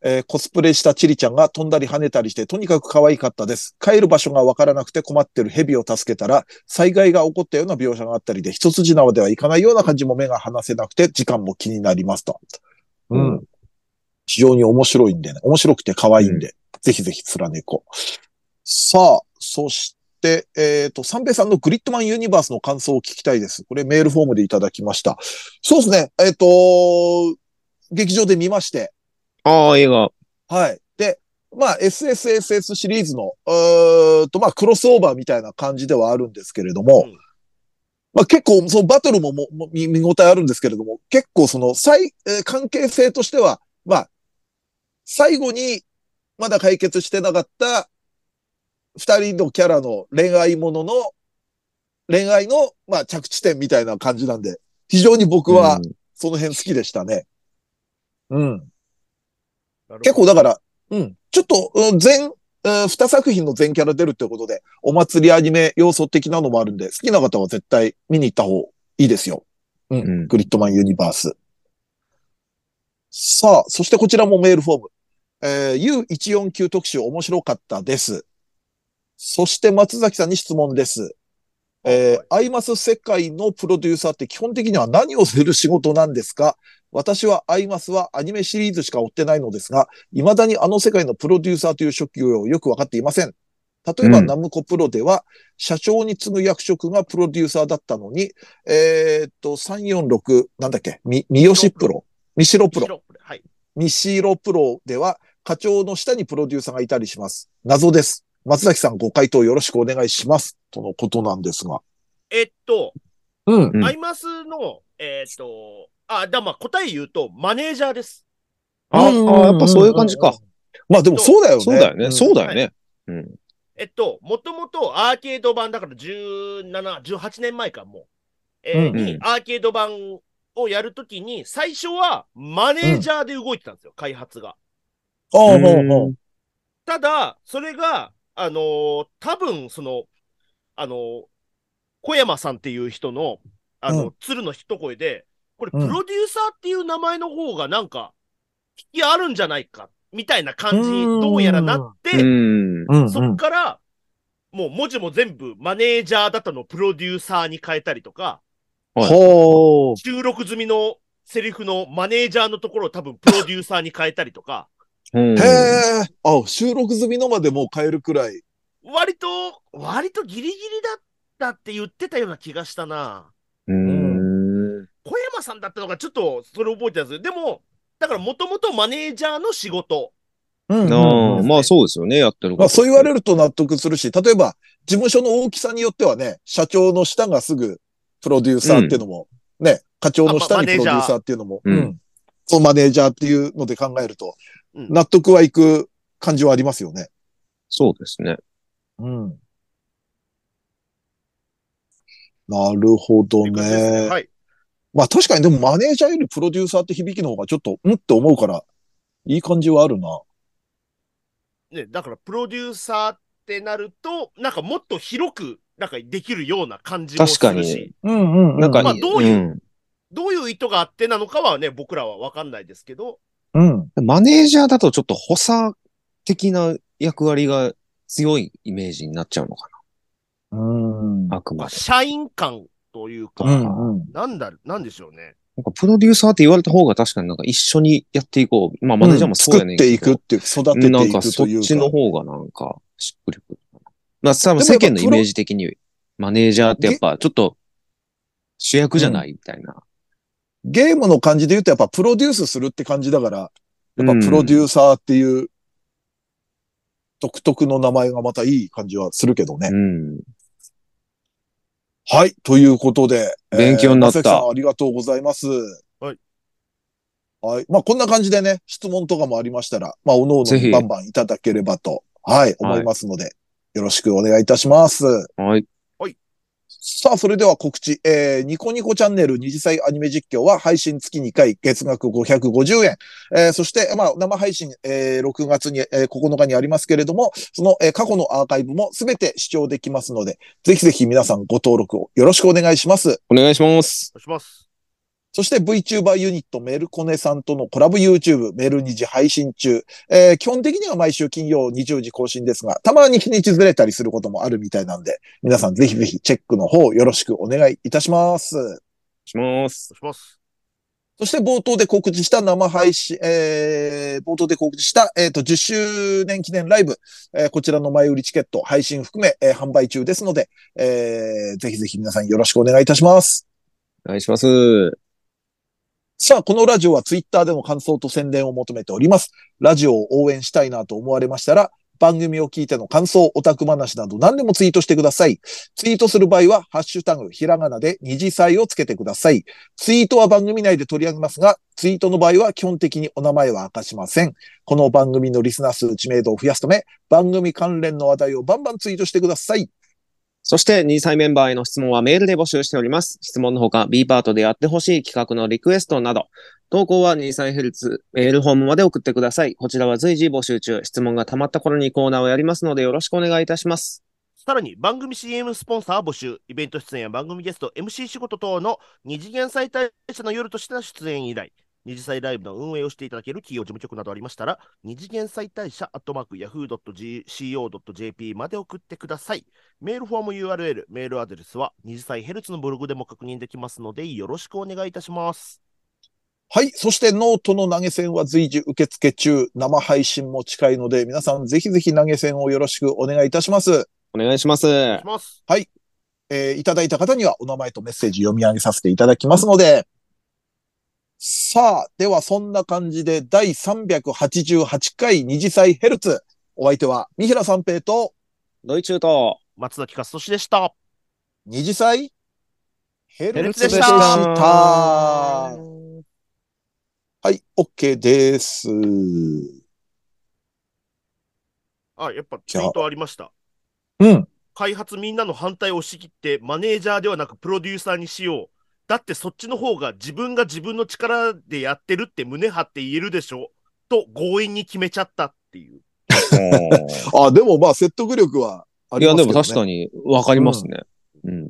Speaker 2: えーコスプレしたチリちゃんが飛んだり跳ねたりして、とにかく可愛かったです。帰る場所がわからなくて困ってる蛇を助けたら、災害が起こったような描写があったりで、一筋縄ではいかないような感じも目が離せなくて、時間も気になりますと。
Speaker 5: うん。
Speaker 2: 非常に面白いんでね。面白くて可愛いんで、ぜひぜひ貫猫。さあ、そして、えっ、と、三平さんのグリッドマンユニバースの感想を聞きたいです。これメールフォームでいただきました。そうですね。えっ、と、劇場で見まして、
Speaker 3: ああ、映画。
Speaker 2: はい。で、まあ、SSSS シリーズの、うーんと、まあ、クロスオーバーみたいな感じではあるんですけれども、
Speaker 4: うん
Speaker 2: まあ、結構、そのバトルももも見見応えあるんですけれども、結構その、最、えー関係性としては、まあ、最後に、まだ解決してなかった、二人のキャラの恋愛ものの、恋愛の、まあ、着地点みたいな感じなんで、非常に僕は、
Speaker 3: うん
Speaker 2: その辺好きでしたね。うん。
Speaker 4: なるほど
Speaker 2: 結構だから、うん、ちょっと、うん全、うん二作品の全キャラ出るってことで、お祭りアニメ要素的なのもあるんで、好きな方は絶対見に行った方いいですよ。うん。
Speaker 3: うん
Speaker 2: グリッドマンユニバース。さあ、そしてこちらもメールフォーム。えー、U149 特集面白かったです。そして松崎さんに質問です。えーアイマス世界のプロデューサーって基本的には何をする仕事なんですか私はアイマスはアニメシリーズしか追ってないのですが、未だにあの世界のプロデューサーという職業をよくわかっていません。例えば、
Speaker 3: うん
Speaker 2: ナムコプロでは、社長に次ぐ役職がプロデューサーだったのに、えーっと、346、なんだっけ、み、三好プロ、三代プロ、
Speaker 4: 白黒はい。
Speaker 2: ミシロプロでは課長の下にプロデューサーがいたりします。謎です。松崎さんご回答よろしくお願いします。とのことなんですが。
Speaker 4: えっと、
Speaker 2: うん。
Speaker 3: うん
Speaker 4: アイマスの、えっと、あ、だまあ答え言うと、マネージャーです。
Speaker 3: ああ、
Speaker 2: うん
Speaker 3: やっぱそういう感じか。
Speaker 2: まあでもそうだよね。
Speaker 3: そうだよね。
Speaker 2: ん
Speaker 3: そうだよね。うん。
Speaker 4: えっと、もともとアーケード版だから17、18年前かもう。えー
Speaker 2: うん
Speaker 3: うん
Speaker 4: にアーケード版をやるときに、最初はマネージャーで動いてたんですよ、開発が。
Speaker 2: ああ、ああああ
Speaker 4: ただ、それが、あのー多分その、あのー小山さんっていう人の、あの、
Speaker 2: う
Speaker 4: 鶴の一声で、これ、プ
Speaker 2: うん
Speaker 4: ロデューサーっていう名前の方がなんか、引きあるんじゃないか、みたいな感じに、どうやらなって、
Speaker 3: うん。
Speaker 2: うんうん
Speaker 4: そっから、もう文字も全部マネージャーだったのをプロデューサーに変えたりとか、
Speaker 2: ほう。
Speaker 4: 収録済みのセリフのマネージャーのところを多分プロデューサーに変えたりとか、
Speaker 3: うん
Speaker 2: へえ。あ、収録済みのまでもう変えるくらい。
Speaker 4: 割と、割とギリギリだったって言ってたような気がしたな。
Speaker 3: うん。
Speaker 4: 小山さんだったのがちょっとそれ覚えてたんですよ。でも、だからもともとマネージャーの仕事。
Speaker 2: うん
Speaker 3: ああ、まあそうですよね。やってること
Speaker 2: まあそう言われると納得するし、例えば事務所の大きさによってはね、社長の下がすぐプロデューサーっていうのも、ね、課長の下にプロデューサーっていうのも、
Speaker 3: あまあマネージャ
Speaker 2: う
Speaker 3: ー
Speaker 2: んそうマネージャーっていうので考えると、
Speaker 4: うん
Speaker 2: 納得はいく感じはありますよね。
Speaker 3: そうですね。
Speaker 2: うん。なるほ
Speaker 4: っ
Speaker 2: ど
Speaker 4: ていう感じです
Speaker 2: ね。
Speaker 4: はい。
Speaker 2: まあ確かにでもマネージャーよりプロデューサーって響きの方がちょっと、うんって思うから、いい感じはあるな。
Speaker 4: ね、だからプロデューサーってなると、なんかもっと広く、なんかできるような感じもす
Speaker 3: 確か
Speaker 4: る
Speaker 3: に
Speaker 4: し。
Speaker 2: うんうん、
Speaker 3: なんか、
Speaker 4: まあどうい
Speaker 3: うん
Speaker 4: どういう意図があってなのかはね、僕らは分かんないですけど、
Speaker 2: うん。
Speaker 3: マネージャーだとちょっと補佐的な役割が強いイメージになっちゃうのか
Speaker 2: うん。
Speaker 3: な。あく
Speaker 4: ま
Speaker 3: ま
Speaker 4: あ、
Speaker 3: で。
Speaker 4: 社員感というか、
Speaker 2: うんうん。
Speaker 4: なんだ、なんでしょうね。
Speaker 3: なんかプロデューサーって言われた方が確かになんか一緒にやっていこう。まあマネージャーもそうやねんけど、
Speaker 2: 作っていくっていう、育
Speaker 3: う
Speaker 2: て
Speaker 3: んな
Speaker 2: て
Speaker 3: ん
Speaker 2: い
Speaker 3: か
Speaker 2: く
Speaker 3: そ
Speaker 2: と
Speaker 3: っ
Speaker 2: いうか。
Speaker 3: ちの方がなんかしっくりくるかな。まあ多
Speaker 2: で
Speaker 3: 分
Speaker 2: もや
Speaker 3: 世
Speaker 2: っぱ
Speaker 3: 間のイメージ的にマネージャーってやっぱちょっと主役じゃないみたいな。
Speaker 2: ゲームの感じで言うとやっぱプロデュースするって感じだから、やっぱプロデューサーっていう独特の名前がまたいい感じはするけどね。
Speaker 3: うん。
Speaker 2: はい。ということで。
Speaker 3: 勉強になった
Speaker 2: えー松崎さんありがとうございます。
Speaker 4: はい。
Speaker 2: はい。まあ、こんな感じでね、質問とかもありましたら、まあ、おのお
Speaker 3: ぜひ
Speaker 2: のバンバンいただければと、はい、思いますので、よろしくお願いいたします。
Speaker 3: はい。
Speaker 4: はい。
Speaker 2: さあ、それでは告知。えー、ニコニコチャンネル二次祭アニメ実況は配信月2回、月額550円。えー、そして、まあ、生配信、えー、6月に、えー、9日にありますけれども、その、えー、過去のアーカイブもすべて視聴できますので、ぜひぜひ皆さんご登録をよろしくお願いします。
Speaker 3: お願いします。
Speaker 4: します。
Speaker 2: そして VTuber ユニットメルコネさんとのコラボ YouTube メル2時配信中。えー基本的には毎週金曜20時更新ですが、たまに日にちずれたりすることもあるみたいなんで、皆さんぜひぜひチェックの方よろしくお願いいたします。
Speaker 3: します。
Speaker 4: お願いします。
Speaker 2: そして冒頭で告知した生配信、えー、冒頭で告知した、えっ、と、10周年記念ライブ、えーこちらの前売りチケット配信含め、えー販売中ですので、えーぜひぜひ皆さんよろしくお願いいたします。
Speaker 3: お願いします。
Speaker 2: さあ、このラジオはツイッターでの感想と宣伝を求めております。ラジオを応援したいなと思われましたら、番組を聞いての感想、オタク話など何でもツイートしてください。ツイートする場合は、ハッシュタグ、ひらがなで二次祭をつけてください。ツイートは番組内で取り上げますが、ツイートの場合は基本的にお名前は明かしません。この番組のリスナー数知名度を増やすため、番組関連の話題をバンバンツイートしてください。
Speaker 3: そして、2歳メンバーへの質問はメールで募集しております。質問のほか、B パートでやってほしい企画のリクエストなど、投稿は2歳ヘルツメールホームまで送ってください。こちらは随時募集中。質問が溜まった頃にコーナーをやりますので、よろしくお願いいたします。
Speaker 4: さらに番組 CM スポンサー募集、イベント出演や番組ゲスト、MC 仕事等の二次元祭大社の夜としての出演依頼、二次祭ライブの運営をしていただける企業事務局などありましたら、二次元祭大社アットマーク yahoo.co.jp まで送ってください。メールフォーム URL、メールアドレスは二次祭ヘルツのブログでも確認できますので、よろしくお願いいたします。
Speaker 2: はい。そしてノートの投げ銭は随時受付中。生配信も近いので、皆さんぜひぜひ投げ銭をよろしくお願いいたします。
Speaker 3: お願いします。
Speaker 4: お願いします。
Speaker 2: えーいただいた方にはお名前とメッセージ読み上げさせていただきますので。さあ、ではそんな感じで第388回二次祭ヘルツ。お相手は、三平三平と
Speaker 3: ドイチューと、
Speaker 4: 松崎勝利でした。
Speaker 2: 二次祭ヘ
Speaker 4: ヘ
Speaker 2: ル
Speaker 4: ル
Speaker 2: ツ
Speaker 4: ツ
Speaker 2: で
Speaker 4: で
Speaker 2: し。
Speaker 4: したた
Speaker 2: はい、OK です。
Speaker 4: あ、やっぱツイートありました。
Speaker 2: うん。
Speaker 4: 開発みんなの反対を押し切ってマネージャーではなくプロデューサーにしよう。だってそっちの方が自分が自分の力でやってるって胸張って言えるでしょ。と強引に決めちゃったっていう。
Speaker 2: あ、でもまあ説得力はあ
Speaker 3: い
Speaker 2: り
Speaker 3: や、
Speaker 2: ますけど、
Speaker 3: で
Speaker 2: ね。
Speaker 3: も確かにわかりますね。うん。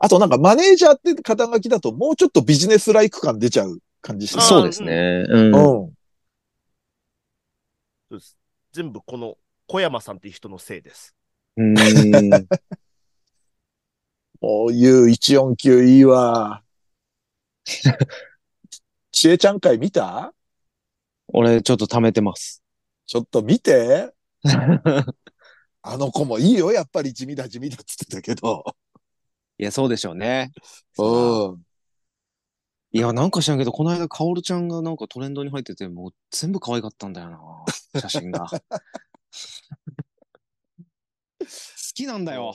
Speaker 2: あとなんかマネージャーって肩書きだともうちょっとビジネスライク感出ちゃう感じします
Speaker 3: そうですね。う。
Speaker 2: うんん。
Speaker 4: そうです全部この小山さんっていう人のせいです。
Speaker 3: うん
Speaker 2: こういう149いいわ。ちえちゃん会見た
Speaker 3: 俺、ちょっと溜めてます。
Speaker 2: ちょっと見て。あの子もいいよ。やっぱり地味だ地味だっつってたけど。
Speaker 3: [laughs] いや、そうでしょうね。
Speaker 2: うん。
Speaker 3: いや、なんか知らんけど、この間、カオルちゃんがなんかトレンドに入ってて、もう全部可愛かったんだよな、写真 [laughs] が。好きなんだよ。